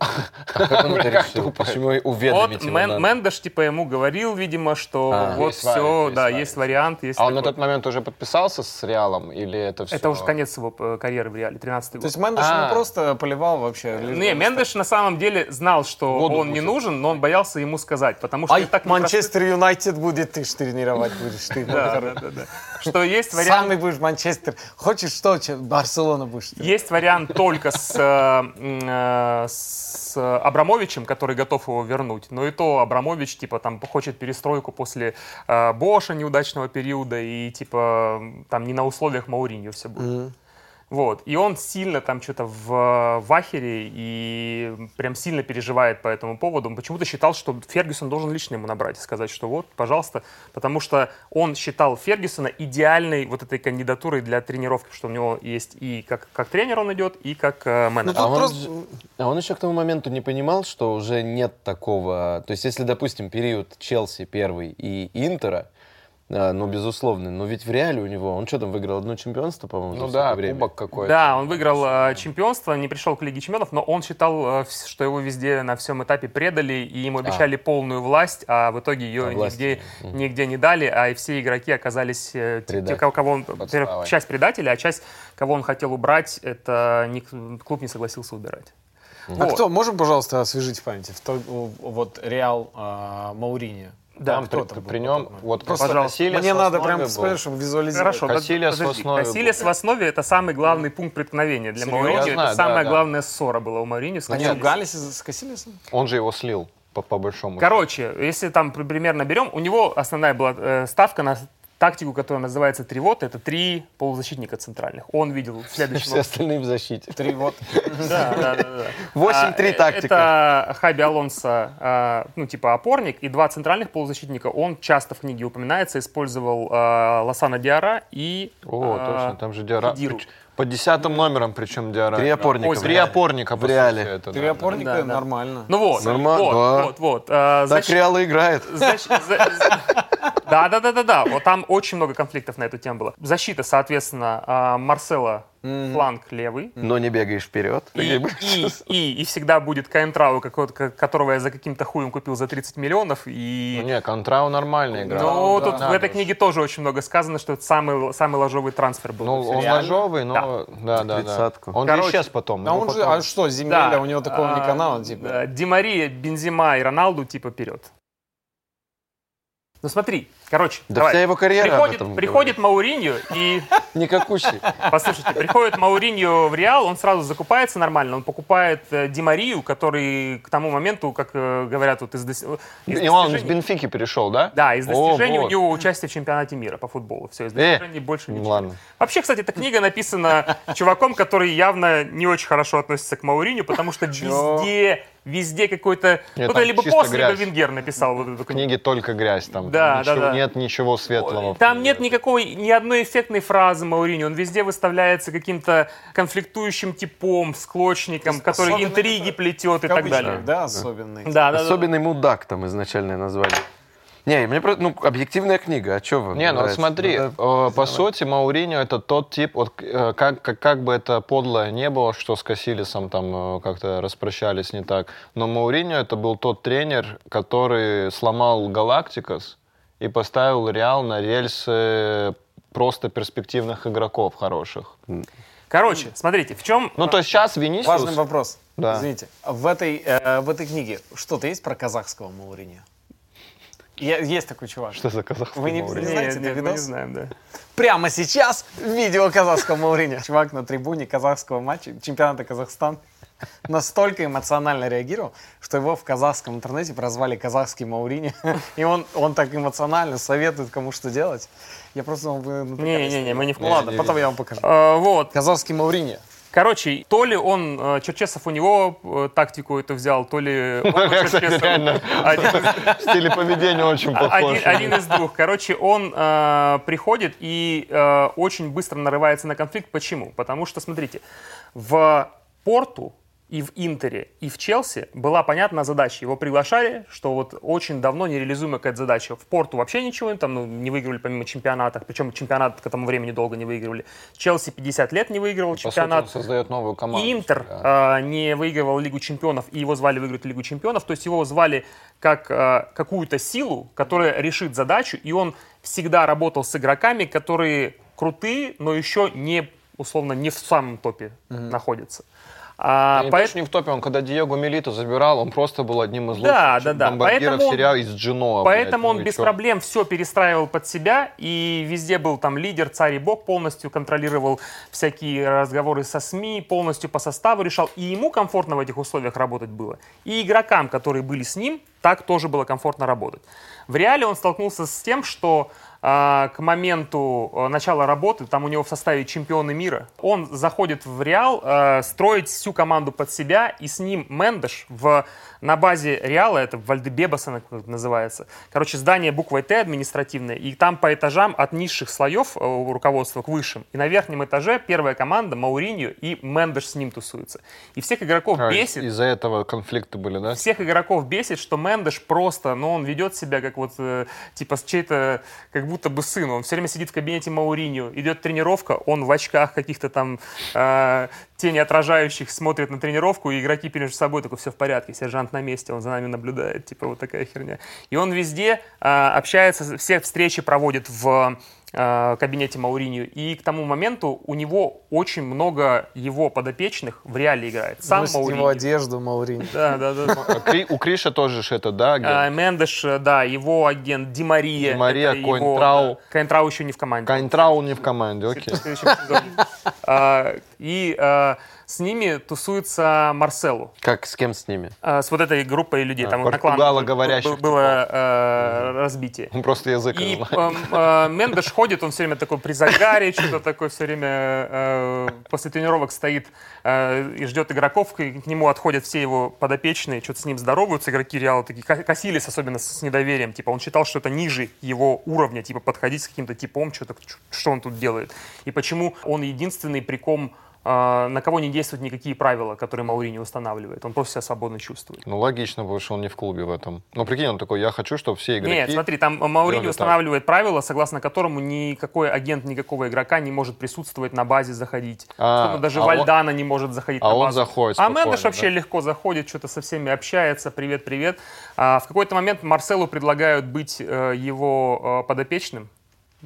Speaker 5: Как он это решил? Почему и уведомить
Speaker 3: Вот
Speaker 5: его
Speaker 3: Мен-
Speaker 5: надо?
Speaker 3: Мендеш, типа, ему говорил, видимо, что вот
Speaker 6: Есть
Speaker 3: все,
Speaker 6: вариант, есть
Speaker 3: да,
Speaker 6: вариант.
Speaker 3: есть вариант. Есть
Speaker 6: А он на
Speaker 3: такой.
Speaker 6: тот момент уже подписался с Реалом или это все?
Speaker 3: Это уже конец его э, карьеры в Реале, 13 год.
Speaker 4: То есть Мендеш
Speaker 6: А.
Speaker 4: не просто поливал вообще. лишь
Speaker 3: Не,
Speaker 4: бы-
Speaker 3: Мендеш на самом деле знал, что
Speaker 6: Воду
Speaker 3: он не
Speaker 6: пустит.
Speaker 3: нужен, но он боялся ему сказать, потому что
Speaker 4: Ай,
Speaker 3: это так непросто-
Speaker 4: Манчестер Юнайтед будет, ты ж тренировать будешь, ты.
Speaker 3: Да,
Speaker 4: Макар.
Speaker 3: да, да, да. Что есть вариант,
Speaker 4: Самый будешь Манчестер. Хочешь что, че- Барселона будешь? ты?
Speaker 3: есть вариант только с, э, м, э, с Абрамовичем, который готов его вернуть. Но и то Абрамович, типа, там хочет перестройку после э, Боша неудачного периода и, типа, м, там не на условиях Мауриньо все будет. Вот. И он сильно там что-то в вахере и прям сильно переживает по этому поводу. Он почему-то считал, что Фергюсон должен лично ему набрать и сказать, что вот, пожалуйста. Потому что он считал Фергюсона идеальной вот этой кандидатурой для тренировки, что у него есть и как, как тренер он идет, и как э, менеджер.
Speaker 5: А
Speaker 4: Тут
Speaker 5: он,
Speaker 4: просто-
Speaker 5: же- а он еще к тому моменту не понимал, что уже нет такого... То есть, если, допустим, период Челси первый и Интера, а, ну, безусловно, но ведь в Реале у него... Он что там, выиграл одно чемпионство, по-моему? за
Speaker 6: Ну
Speaker 5: всё это
Speaker 6: да,
Speaker 5: время?
Speaker 6: кубок какой-то.
Speaker 3: Да, он выиграл э, чемпионство, не пришел к Лиге чемпионов, но он считал, э, вс- что его везде на всем этапе предали, и ему обещали полную власть, а в итоге ее
Speaker 5: А власти
Speaker 3: нигде, нигде не дали, а и все игроки оказались э, те- те,
Speaker 5: Предатели.
Speaker 3: кого кого он... во-первых, часть предателей, а часть, кого он хотел убрать, это ни- клуб не согласился убирать.
Speaker 4: А
Speaker 3: Вот.
Speaker 4: кто, можем, пожалуйста, освежить в памяти? В то- в- Вот Реал а, Маурини.
Speaker 3: Да,
Speaker 6: Там
Speaker 4: Там
Speaker 6: при,
Speaker 4: кто-то был
Speaker 6: при
Speaker 4: в
Speaker 6: нем
Speaker 4: тот момент?
Speaker 6: вот
Speaker 4: Просто
Speaker 6: Касильяс
Speaker 4: Мне
Speaker 6: в
Speaker 4: надо
Speaker 6: основе
Speaker 4: прям
Speaker 6: был.
Speaker 4: вспомнить, чтобы визуализировать.
Speaker 3: Хорошо, да,
Speaker 6: Касильяс в
Speaker 3: подожди.
Speaker 6: основе
Speaker 3: Касильяс в основе это самый главный пункт преткновения для
Speaker 6: Серьезно?
Speaker 3: Мауриньо.
Speaker 6: Я
Speaker 3: Это
Speaker 6: знаю, да,
Speaker 3: самая
Speaker 6: да.
Speaker 3: главная ссора была у Мауриньо. с
Speaker 4: Они
Speaker 3: Касильясом.
Speaker 4: ругались А из- с Касилисом?
Speaker 6: Он же его слил по, по большому.
Speaker 3: Короче, если там при- примерно берем, у него основная была э, ставка на тактику, которая называется три вот, это три полузащитника центральных. Он видел
Speaker 5: Все
Speaker 3: следующего.
Speaker 5: остальные в защите.
Speaker 4: Три вот.
Speaker 3: Да, да, да, да.
Speaker 5: 8-3
Speaker 3: А, э,
Speaker 5: тактика.
Speaker 3: Это Хаби Алонсо, а, ну, типа опорник, и два центральных полузащитника. Он часто в книге упоминается, использовал а, Лосана Диара и...
Speaker 6: О,
Speaker 3: а, Э,
Speaker 6: точно, там же Диара.
Speaker 3: Хидиру.
Speaker 6: прич- По десятым номерам причем Диара.
Speaker 5: Три опорника.
Speaker 3: Ой,
Speaker 5: в
Speaker 6: Три
Speaker 5: Реале.
Speaker 6: опорника, по
Speaker 5: В Реале.
Speaker 6: сути, это,
Speaker 4: Три
Speaker 6: да.
Speaker 4: опорника,
Speaker 3: Да, да.
Speaker 4: нормально.
Speaker 3: Ну вот,
Speaker 5: Нормально,
Speaker 3: вот,
Speaker 5: да.
Speaker 3: вот, вот. А,
Speaker 5: Так
Speaker 3: защ-
Speaker 5: Реал и играет.
Speaker 3: Да, да, да, да, да. Вот там очень много конфликтов на эту тему было. Защита, соответственно, а, Марсела фланг левый.
Speaker 5: Но не бегаешь вперед.
Speaker 3: И, и, и, и всегда будет Каин Трау, какого- ко- которого я за каким-то хуем купил за 30 миллионов. И...
Speaker 6: Ну, Не, Контрау нормально играл.
Speaker 3: Ну,
Speaker 6: Да,
Speaker 3: тут в
Speaker 6: да,
Speaker 3: этой книге тоже очень много сказано, что это самый, самый ложовый трансфер был.
Speaker 6: Ну, он ложовый, но... Да, да, да.
Speaker 5: Тридцатку.
Speaker 6: Он же
Speaker 3: Короче,
Speaker 6: исчез потом.
Speaker 4: А
Speaker 6: ну,
Speaker 4: он же,
Speaker 6: потом-
Speaker 4: а что, земля, у него такого
Speaker 3: а,
Speaker 4: не канала, типа.
Speaker 3: да, Ди Мария, Бензима и Роналду типа вперед. Ну смотри, короче,
Speaker 5: Да
Speaker 3: давай.
Speaker 5: вся его карьера об
Speaker 3: приходит,
Speaker 5: этом
Speaker 3: приходит Мауриньо и
Speaker 5: Никакущий.
Speaker 3: Послушайте, приходит Мауриньо в Реал, он сразу закупается нормально, он покупает э, Ди Марию, который к тому моменту, как э, говорят, вот из, дос- из
Speaker 6: И он из
Speaker 3: достижений-
Speaker 6: Бенфики перешел, да?
Speaker 3: Да, из
Speaker 6: О,
Speaker 3: достижений у
Speaker 6: вот.
Speaker 3: него участие в чемпионате мира по футболу. Все, из
Speaker 6: Э,
Speaker 3: достижений больше
Speaker 6: ну
Speaker 3: ничего.
Speaker 6: ладно.
Speaker 3: Вообще, кстати, эта книга написана чуваком, который явно не очень хорошо относится к Мауриню, потому что везде, везде какой-то...
Speaker 6: Нет,
Speaker 3: Кто-то
Speaker 6: там
Speaker 3: либо
Speaker 6: чисто
Speaker 3: Пос, либо
Speaker 6: грязь.
Speaker 3: Венгер написал вот эту
Speaker 6: В
Speaker 3: книгу.
Speaker 6: книге только грязь там.
Speaker 3: Да,
Speaker 6: Ничего-
Speaker 3: да, да.
Speaker 6: Нет ничего светлого.
Speaker 3: Там нет никакой, ни одной эффектной фразы Маурини. Он везде выставляется каким-то конфликтующим типом, склочником, который
Speaker 4: особенно
Speaker 3: интриги плетет и так
Speaker 4: Кавычки,
Speaker 3: далее.
Speaker 4: да, особенный.
Speaker 3: Да, да, да.
Speaker 5: Особенный мудак там изначально назвали. Не, мне просто, ну, объективная книга, а что вам
Speaker 6: Не, ну вот
Speaker 5: нравится?
Speaker 6: смотри,
Speaker 5: Ну,
Speaker 6: э, по сути, Мауриньо это тот тип, вот э, как, как, как бы это подлое не было, что с Касилисом там э, как-то распрощались не так, но Мауриньо это был тот тренер, который сломал Галактикос и поставил Реал на рельсы просто перспективных игроков хороших.
Speaker 3: Короче, смотрите, в чем...
Speaker 6: Ну, то есть сейчас Винисиус...
Speaker 4: Важный вопрос.
Speaker 6: Да.
Speaker 4: Извините. В этой, э, в этой книге что-то есть про казахского Маурини? Я- есть такой чувак.
Speaker 6: Что за казахский
Speaker 4: Вы не-
Speaker 6: Мауриньо?
Speaker 4: знаете этот
Speaker 3: мы не
Speaker 4: видос?
Speaker 3: знаем, да.
Speaker 4: Прямо сейчас видео казахского Маурини. Чувак на трибуне казахского матча, чемпионата Казахстана, настолько эмоционально реагировал, что его в казахском интернете прозвали казахский Маурини. И он, он так эмоционально советует кому что делать. Я просто... думал, вы натыкались.
Speaker 3: Не-не-не, мы не в
Speaker 4: Ну ладно,
Speaker 3: курсе.
Speaker 4: потом я вам покажу.
Speaker 3: Э, Вот,
Speaker 4: Казахский Маурини.
Speaker 3: Короче, то ли он, э, Черчесов у него э, тактику эту взял, то ли он у
Speaker 6: Кстати,
Speaker 3: Черчесова.
Speaker 6: реально.
Speaker 3: Один из-
Speaker 6: В стиле поведения очень похож.
Speaker 3: А, один, один из двух. Короче, он э, приходит и э, очень быстро нарывается на конфликт. Почему? Потому что, смотрите, в Порту и в Интере, и в Челси была понятна задача. Его приглашали, что вот очень давно нереализуемая какая-то задача. В Порту вообще ничего, там ну, не выигрывали помимо чемпионатов. Причем чемпионат к этому времени долго не выигрывали. Челси 50 лет не выигрывал
Speaker 6: Ну, По сути, он
Speaker 3: чемпионат.
Speaker 6: создает новую команду.
Speaker 3: И Интер э, не выигрывал Лигу Чемпионов, и его звали выиграть Лигу Чемпионов. То есть его звали как э, какую-то силу, которая решит задачу, и он всегда работал с игроками, которые крутые, но еще не, условно, не в самом топе находятся. А,
Speaker 6: Не то,
Speaker 3: поэт-
Speaker 6: что не в топе, он когда Диего Мелито забирал, он просто был одним из лучших
Speaker 3: Да,
Speaker 6: ч-
Speaker 3: да, да.
Speaker 6: бомбардиров
Speaker 3: Поэтому он-
Speaker 6: сериала из Джиноа.
Speaker 3: Поэтому
Speaker 6: блядь.
Speaker 3: он
Speaker 6: Ну и
Speaker 3: без
Speaker 6: чё?
Speaker 3: проблем все перестраивал под себя, и везде был там лидер, царь и бог, полностью контролировал всякие разговоры со СМИ, полностью по составу решал. И ему комфортно в этих условиях работать было. И игрокам, которые были с ним, так тоже было комфортно работать. В реале он столкнулся с тем, что а, к моменту э, начала работы, там у него в составе чемпионы мира, он заходит в Реал э, строить всю команду под себя, и с ним Мендеш в, на базе Реала, это Вальдебебас она как называется, короче, здание буквой Т административное, и там по этажам от низших слоев э, у руководства к высшим, и на верхнем этаже первая команда Мауриньо и Мендеш с ним тусуется. И всех игроков
Speaker 6: А,
Speaker 3: бесит,
Speaker 6: Из-за этого конфликты были, да?
Speaker 3: всех игроков бесит, что Мендеш просто, ну, он ведет себя как вот, э, типа, с чей-то, как будто бы сын. Он все время сидит в кабинете Мауриньо, идет тренировка, он в очках каких-то там э, тени отражающих смотрит на тренировку, и игроки перед собой такой, все в порядке, сержант на месте, он за нами наблюдает, типа, вот такая херня. И он везде э, общается, все встречи проводит в э, кабинете Мауриньо. И к тому моменту у него очень много его подопечных в реале играет. Сам
Speaker 4: Носит его
Speaker 3: Мауриньо.
Speaker 4: одежду Маурини.
Speaker 3: Да, да, да.
Speaker 6: А Кри- У Криша тоже ж это, да?
Speaker 3: А,
Speaker 6: Ген?
Speaker 3: Мендеш, э, да, его агент Ди Мария.
Speaker 6: Ди Мария,
Speaker 3: это его,
Speaker 6: Коинтрау.
Speaker 3: да. Коинтрау еще не в команде.
Speaker 6: Каньтрау не в команде, окей.
Speaker 3: В следующем сезоне. А, И а, с ними тусуется Марселу.
Speaker 5: Как, с кем с ними?
Speaker 3: А, С вот этой группой
Speaker 6: А,
Speaker 3: людей. Там на клан
Speaker 6: португалоговорящих
Speaker 3: был-
Speaker 6: типа.
Speaker 3: было э, разбитие.
Speaker 6: Он просто язык не
Speaker 3: И
Speaker 6: знает.
Speaker 3: эм, э, Мендеш ходит, он все время такой при загаре, что-то такое все время э, после тренировок стоит э, и ждет игроков, к, к нему отходят все его подопечные, что-то с ним здороваются, игроки Реала такие ка- косились, особенно с, с недоверием, типа он считал, что это ниже его уровня, типа подходить с каким-то типом, что-то, ч- что он тут делает, и почему он единственный, при ком э, на кого не действуют никакие правила, которые Маурини устанавливает, он просто себя свободно чувствует.
Speaker 6: Ну, логично, потому что он не в клубе в этом. Ну, прикинь, он такой, я хочу, чтобы все игроки...
Speaker 3: Нет, смотри, там э, Маурини
Speaker 6: Делали так.
Speaker 3: устанавливает правила, согласно которому никакой агент никакого игрока не может присутствовать на базе, заходить.
Speaker 6: А,
Speaker 3: Особенно даже
Speaker 6: а он-
Speaker 3: Вальдана не может заходить
Speaker 6: а
Speaker 3: на
Speaker 6: он
Speaker 3: базу.
Speaker 6: заходит
Speaker 3: А
Speaker 6: спокойно,
Speaker 3: Мендеш вообще
Speaker 6: да?
Speaker 3: легко заходит, что-то со всеми общается, привет-привет. А, в какой-то момент Марселу предлагают быть э, его э, подопечным.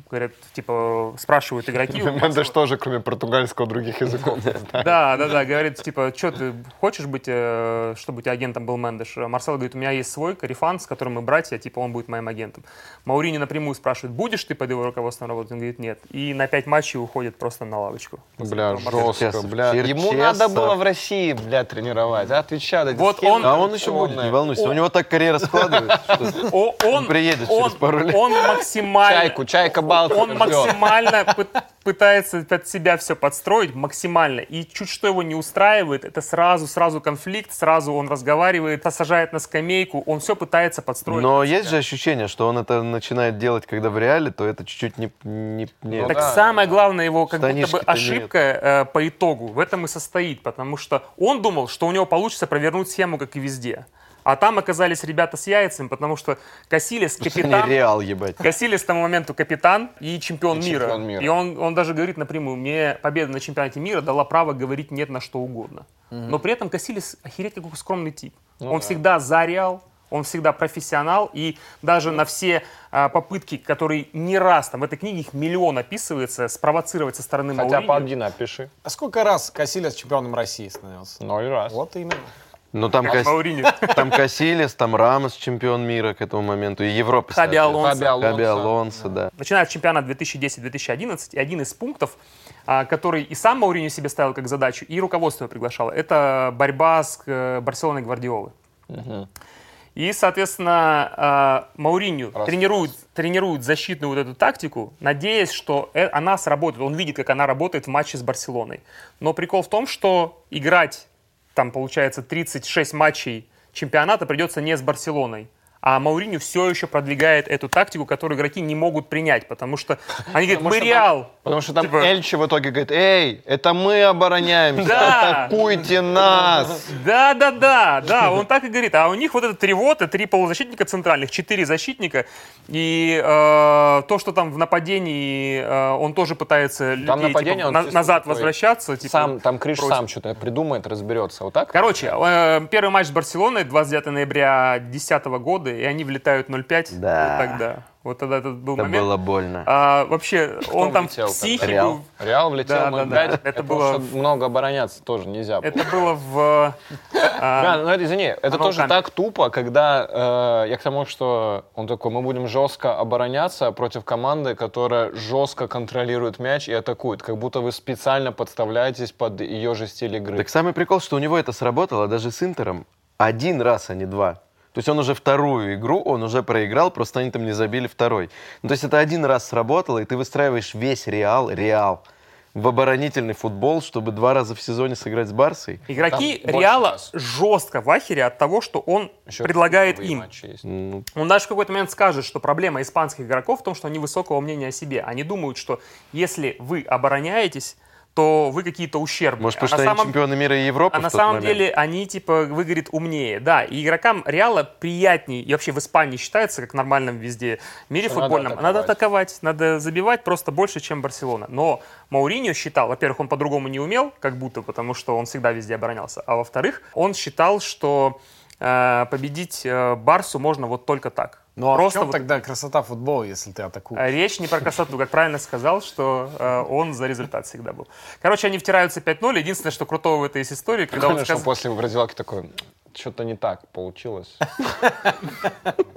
Speaker 3: говорят, типа, спрашивают игроки. у
Speaker 6: Мендеш
Speaker 3: Мацева-
Speaker 6: тоже, кроме португальского, других языков не знает.
Speaker 3: Да, да, да, говорит, типа, что ты хочешь быть, э, чтобы у тебя агентом был Мендеш? А Марсел говорит, у меня есть свой корифан, с которым мы братья, типа, он будет моим агентом. Маурини напрямую спрашивает, будешь ты под его руководством работать? Он говорит, нет. И на пять матчей уходит просто на лавочку.
Speaker 6: Бля, жестко,
Speaker 5: Черчесов.
Speaker 6: бля. Ему
Speaker 5: Черчесов.
Speaker 6: надо было в России, бля, тренировать. а? Отвечал. эти
Speaker 3: Вот
Speaker 6: скидки
Speaker 3: он-
Speaker 5: А он еще будет, не
Speaker 6: коррекционные.
Speaker 5: волнуйся. У него так карьера складывается. что-
Speaker 3: О, он,
Speaker 5: приедет через пару лет.
Speaker 3: Он максимально...
Speaker 6: Чайку, чайка Балтика
Speaker 3: Он
Speaker 6: ждет.
Speaker 3: максимально пы- пытается под себя все подстроить, максимально. И чуть что его не устраивает, это сразу, сразу конфликт, сразу он разговаривает, сажает на скамейку, он все пытается подстроить.
Speaker 5: Но есть же ощущение, что он это начинает делать, когда в реале, то это чуть-чуть не... не- не-
Speaker 3: Ну, Так
Speaker 6: да.
Speaker 3: самая главная его как будто бы
Speaker 5: Штанишки-то ну нет.
Speaker 3: ошибка э, по итогу в этом и состоит, потому что он думал, что у него получится провернуть схему, как и везде. А там оказались ребята с яйцами, потому что Касилис
Speaker 5: Не
Speaker 3: капитан.
Speaker 5: реал, ебать.
Speaker 3: Касилис к тому моменту капитан и чемпион,
Speaker 6: И
Speaker 3: мира.
Speaker 6: чемпион мира.
Speaker 3: И он, он даже говорит напрямую, мне победа на чемпионате мира дала право говорить нет на что угодно. Но при этом Касилис охереть какой скромный тип.
Speaker 6: Ну
Speaker 3: он всегда за Реал, он всегда профессионал, и даже на все а, попытки, которые не раз, там в этой книге их миллион описывается, спровоцировать со стороны
Speaker 6: Хотя по
Speaker 3: Мауриньо.
Speaker 6: один напиши.
Speaker 4: А сколько раз Касилис чемпионом России становился?
Speaker 6: Ноль раз.
Speaker 4: Вот именно.
Speaker 5: Ну там,
Speaker 3: А,
Speaker 5: Кас-
Speaker 3: Мауриньо.
Speaker 5: там Касилис, там Рамос, чемпион мира к этому моменту, и Европа.
Speaker 3: Хаби Алонсо.
Speaker 6: Хаби Алонсо.
Speaker 5: Хаби Алонсо, да.
Speaker 3: начиная с чемпионата 2010-2011, и один из пунктов, а, который и сам Мауриньо себе ставил как задачу, и руководство его приглашало, это борьба с э, Барселоной Гвардиолы. И, соответственно, а, Мауриньо тренирует, тренирует защитную вот эту тактику, надеясь, что э- она сработает. Он видит, как она работает в матче с Барселоной. Но прикол в том, что играть там, получается, 36 матчей чемпионата придется не с Барселоной. А Мауриню все еще продвигает эту тактику, которую игроки не могут принять, потому что они говорят, мы Реал.
Speaker 6: Потому что там
Speaker 3: Типа-
Speaker 6: Эльчи в итоге говорит, эй, это мы обороняемся,
Speaker 3: Да.
Speaker 6: атакуйте нас.
Speaker 3: Да, да, да, да, он так и говорит. А у них вот это три вота, три полузащитника центральных, четыре защитника. И э, то, что там в нападении э, он тоже пытается людей
Speaker 6: нападение,
Speaker 3: типа,
Speaker 6: он
Speaker 3: на-
Speaker 6: чисто
Speaker 3: назад
Speaker 6: такой
Speaker 3: возвращаться. Типа,
Speaker 6: Сам, там Криш
Speaker 3: против.
Speaker 6: сам что-то придумает, разберется. Вот так?
Speaker 3: Короче, э, первый матч с Барселоной 29 ноября 2010 года, и они влетают 0-5.
Speaker 5: Да.
Speaker 3: Вот тогда. Вот тогда этот был
Speaker 5: Это
Speaker 3: момент.
Speaker 5: было больно.
Speaker 3: А, вообще, он там
Speaker 6: влетел
Speaker 3: в психику...
Speaker 5: Реал.
Speaker 6: Реал влетел
Speaker 3: Да, да,
Speaker 6: 0-5.
Speaker 3: да.
Speaker 6: Это,
Speaker 3: Это
Speaker 6: было...
Speaker 3: было-
Speaker 6: много обороняться тоже нельзя. было.
Speaker 3: Это было в... а,
Speaker 6: Да, ну это, извини, это
Speaker 3: Оно
Speaker 6: тоже
Speaker 3: камера.
Speaker 6: так тупо, когда э, я к тому, что он такой, мы будем жестко обороняться против команды, которая жестко контролирует мяч и атакует, как будто вы специально подставляетесь под ее же стиль игры.
Speaker 5: Так самый прикол, что у него это сработало даже с Интером один раз, а не два. То есть он уже вторую игру, он уже проиграл, просто они там не забили второй. Ну, то есть это один раз сработало, и ты выстраиваешь весь Реал, Реал, в оборонительный футбол, чтобы два раза в сезоне сыграть с Барсой.
Speaker 3: Игроки
Speaker 6: больше
Speaker 3: Реала
Speaker 6: раз.
Speaker 3: жестко в ахере от того, что он
Speaker 6: Еще
Speaker 3: предлагает
Speaker 6: кубковые
Speaker 3: им.
Speaker 6: матчи есть.
Speaker 5: Ну,
Speaker 3: Он даже в какой-то момент скажет, что проблема испанских игроков в том, что они высокого мнения о себе. Они думают, что если вы обороняетесь, то вы какие-то ущербны.
Speaker 5: Может,
Speaker 3: А
Speaker 5: потому
Speaker 3: на
Speaker 5: что они
Speaker 3: самом-
Speaker 5: чемпионы мира и Европы
Speaker 3: А
Speaker 5: в
Speaker 3: на
Speaker 5: тот
Speaker 3: самом
Speaker 5: момент.
Speaker 3: деле они, типа, выглядят умнее. Да, и игрокам Реала приятнее, и вообще в Испании считается, как нормальном везде мире
Speaker 6: Что надо
Speaker 3: футбольном,
Speaker 6: атаковать.
Speaker 3: надо атаковать, надо забивать просто больше, чем Барселона. Но Мауриньо считал, во-первых, он по-другому не умел, как будто, потому что он всегда везде оборонялся, а во-вторых, он считал, что э, победить э, Барсу можно вот только так.
Speaker 4: Ну а
Speaker 3: просто
Speaker 4: в чем
Speaker 3: вот
Speaker 4: тогда красота футбола, если ты атакуешь?
Speaker 3: а Речь не про красоту, как правильно сказал, что э, он за результат всегда был. Короче, они втираются 5-0. Единственное, что крутого в этой есть истории, когда он
Speaker 6: Прикольно, что
Speaker 3: сказ-
Speaker 6: после Бразилаки такой, что-то не так получилось.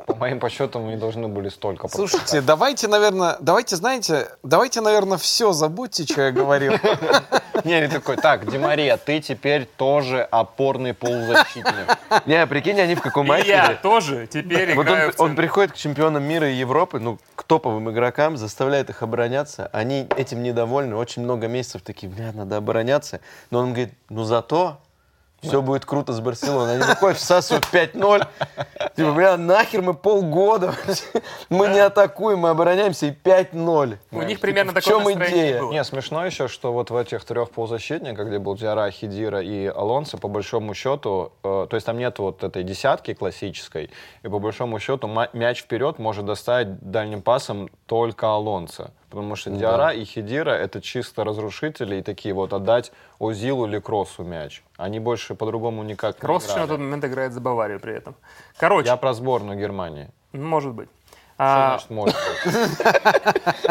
Speaker 6: По моим подсчетам, мы не должны были столько.
Speaker 4: Слушайте, давайте, наверное, давайте, знаете, давайте, наверное, все забудьте, что я говорил.
Speaker 6: Не, не такой, так, Димария, ты теперь тоже опорный полузащитник.
Speaker 5: Не, а прикинь, они в каком
Speaker 3: И я
Speaker 5: матче...
Speaker 3: тоже теперь
Speaker 5: Вот он,
Speaker 3: играю в
Speaker 5: он
Speaker 3: центре.
Speaker 5: приходит к чемпионам мира и Европы, ну, к топовым игрокам, заставляет их обороняться. Они этим недовольны. Очень много месяцев такие, бля, надо обороняться. Но он говорит, ну зато все будет круто с Барселоной. Они выходят, всасывают 5-0. Типа, бля, нахер мы полгода. вообще. Мы не атакуем, мы обороняемся и 5-0.
Speaker 3: У них примерно
Speaker 5: В
Speaker 3: такое
Speaker 5: чем
Speaker 3: настроение
Speaker 5: идея?
Speaker 3: было.
Speaker 6: Не, смешно еще, что вот в этих трех полузащитниках, где был Диара, Хидира и Алонсо, по большому счету, э, то есть там нет вот этой десятки классической, и по большому счету ма- мяч вперед может доставить дальним пасом только Алонсо. Потому что Диара и Хидира — это чисто разрушители и такие вот отдать Озилу или Кроссу мяч. Они больше по-другому никак не
Speaker 3: Кросс еще на
Speaker 6: играли.
Speaker 3: тот момент играет за Баварию при этом. Короче,
Speaker 6: Я про сборную Германии.
Speaker 3: ну, может быть. А, А,
Speaker 6: Значит, может.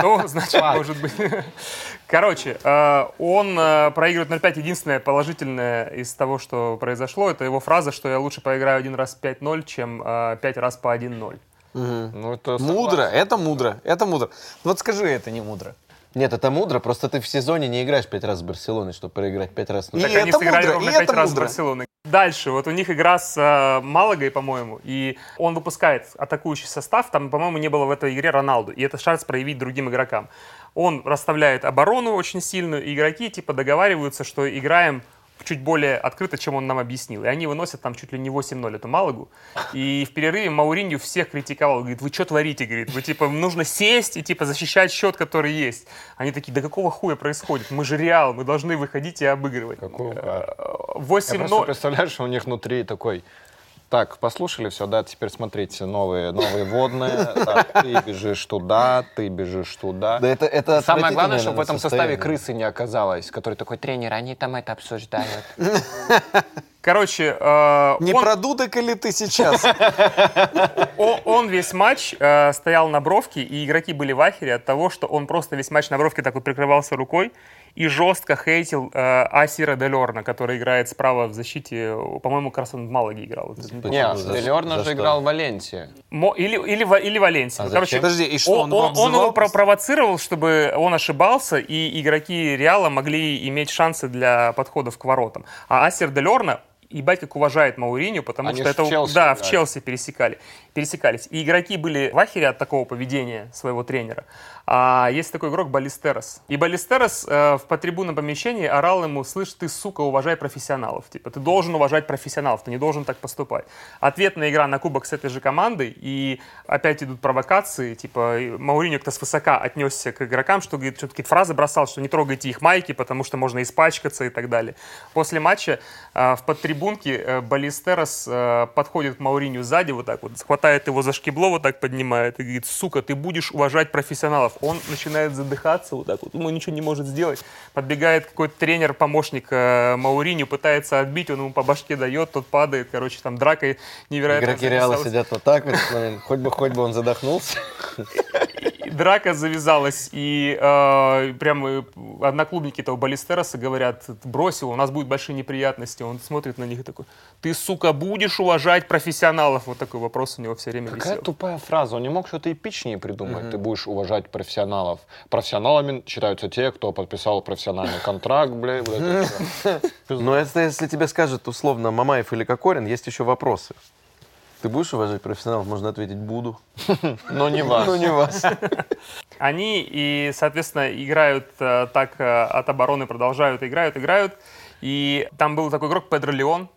Speaker 3: Ну, значит, может быть. Короче, э, он э, проигрывает 0-5. Единственное положительное из того, что произошло, это его фраза, что я лучше поиграю один раз 5-0, чем э, пять раз по 1-0.
Speaker 6: Ну, это
Speaker 4: Мудро, это мудро, это мудро. Ну Вот скажи, это не мудро.
Speaker 5: Нет, это мудро, просто ты в сезоне не играешь пять раз с Барселоной, чтобы проиграть пять раз. Ну,
Speaker 4: И
Speaker 3: Так они
Speaker 4: это
Speaker 3: сыграли
Speaker 4: мудро,
Speaker 3: ровно
Speaker 4: и
Speaker 3: пять
Speaker 4: это
Speaker 3: раз с
Speaker 4: мудро.
Speaker 3: Барселоной. Дальше, вот у них игра с э, Малагой, по-моему, и он выпускает атакующий состав, там, по-моему, не было в этой игре Роналду, и это шанс проявить другим игрокам. Он расставляет оборону очень сильную, и игроки типа договариваются, что играем чуть более открыто, чем он нам объяснил. И они выносят там чуть ли не 8-0 эту Малагу. И в перерыве Мауринью всех критиковал. Говорит, вы что творите? Говорит, вы типа нужно сесть и типа защищать счет, который есть. Они такие, да какого хуя происходит? Мы же Реал, мы должны выходить и обыгрывать. Э,
Speaker 6: Какого кайфа. Я
Speaker 3: 8
Speaker 6: просто представляю, что у них внутри такой... Так, послушали все, да, теперь смотрите, новые, новые водные, так, ты бежишь туда, ты бежишь туда.
Speaker 5: Да это, это
Speaker 7: Самое главное,
Speaker 5: отвратительное,
Speaker 7: чтобы в
Speaker 5: наверное,
Speaker 7: этом составе
Speaker 5: состояние.
Speaker 7: крысы не оказалось, который такой тренер, они там это обсуждают.
Speaker 3: Короче, э,
Speaker 4: Не
Speaker 3: он,
Speaker 4: про дудок или ты сейчас?
Speaker 3: о- он весь матч э, стоял на бровке, и игроки были в ахере от того, что он просто весь матч на бровке такой прикрывался рукой и жестко хейтил э, Асира Делерна, который играет справа в защите. по-моему, как раз он в Малаге играл.
Speaker 5: Почему?
Speaker 6: Не,
Speaker 5: За-
Speaker 6: Лерна
Speaker 5: за
Speaker 6: же
Speaker 5: что?
Speaker 6: играл в Валенсии.
Speaker 3: Мо- или, или, Ва- или Валенсия. Ну, короче,
Speaker 4: Подожди, и что,
Speaker 3: он,
Speaker 4: он его
Speaker 3: он- он его
Speaker 4: обзывал?
Speaker 3: про- провоцировал, чтобы он ошибался, и игроки Реала могли иметь шансы для подходов к воротам. А Асер Делерна ебать как уважает Мауриню, потому
Speaker 6: Они
Speaker 3: что
Speaker 6: ж
Speaker 3: это...
Speaker 6: в Челси
Speaker 3: да, в
Speaker 6: играли.
Speaker 3: Челси пересекали, пересекались. И игроки были в ахере от такого поведения своего тренера. А есть такой игрок Балистерос. И Балистерос э, в по трибунном помещении орал ему, слышь, ты, сука, уважай профессионалов. Типа, ты должен уважать профессионалов, ты не должен так поступать. Ответная игра на кубок с этой же командой, и опять идут провокации, типа, и Мауриньо как-то свысока отнесся к игрокам, что, говорит, все-таки фразы бросал, что не трогайте их майки, потому что можно испачкаться и так далее. После матча э, в подтрибунке э, Балистерос э, подходит к Мауринью сзади вот так вот, хватает его за шкибло, вот так поднимает и говорит, сука, ты будешь уважать профессионалов. Он начинает задыхаться вот так вот, ему ничего не может сделать. Подбегает какой-то тренер, помощник э, Мауринью, пытается отбить, он ему по башке дает, тот падает, короче, там драка невероятно.
Speaker 5: Игроки Реала
Speaker 3: завязалась.
Speaker 5: сидят вот так вот, блин, хоть бы, хоть бы он задохнулся.
Speaker 3: И драка завязалась, и э, прям э, одноклубники этого Балистероса говорят, брось его, у нас будут большие неприятности. Он смотрит на них и такой, ты, сука, будешь уважать профессионалов? Вот такой вопрос у него все время
Speaker 6: Какая
Speaker 3: висел.
Speaker 6: тупая фраза, он не мог что-то эпичнее придумать. Ты будешь уважать профессионалов. Профессионалами считаются те, кто подписал профессиональный контракт, бля, вот это всё.
Speaker 5: Но это если тебе скажет условно Мамаев или Кокорин, есть еще вопросы. Ты будешь уважать профессионалов? Можно ответить «буду».
Speaker 6: Но не вас.
Speaker 5: Ну, не вас.
Speaker 3: Они и, соответственно, играют э, так э, от обороны, продолжают, играют, играют. И там был такой игрок Педро Леон,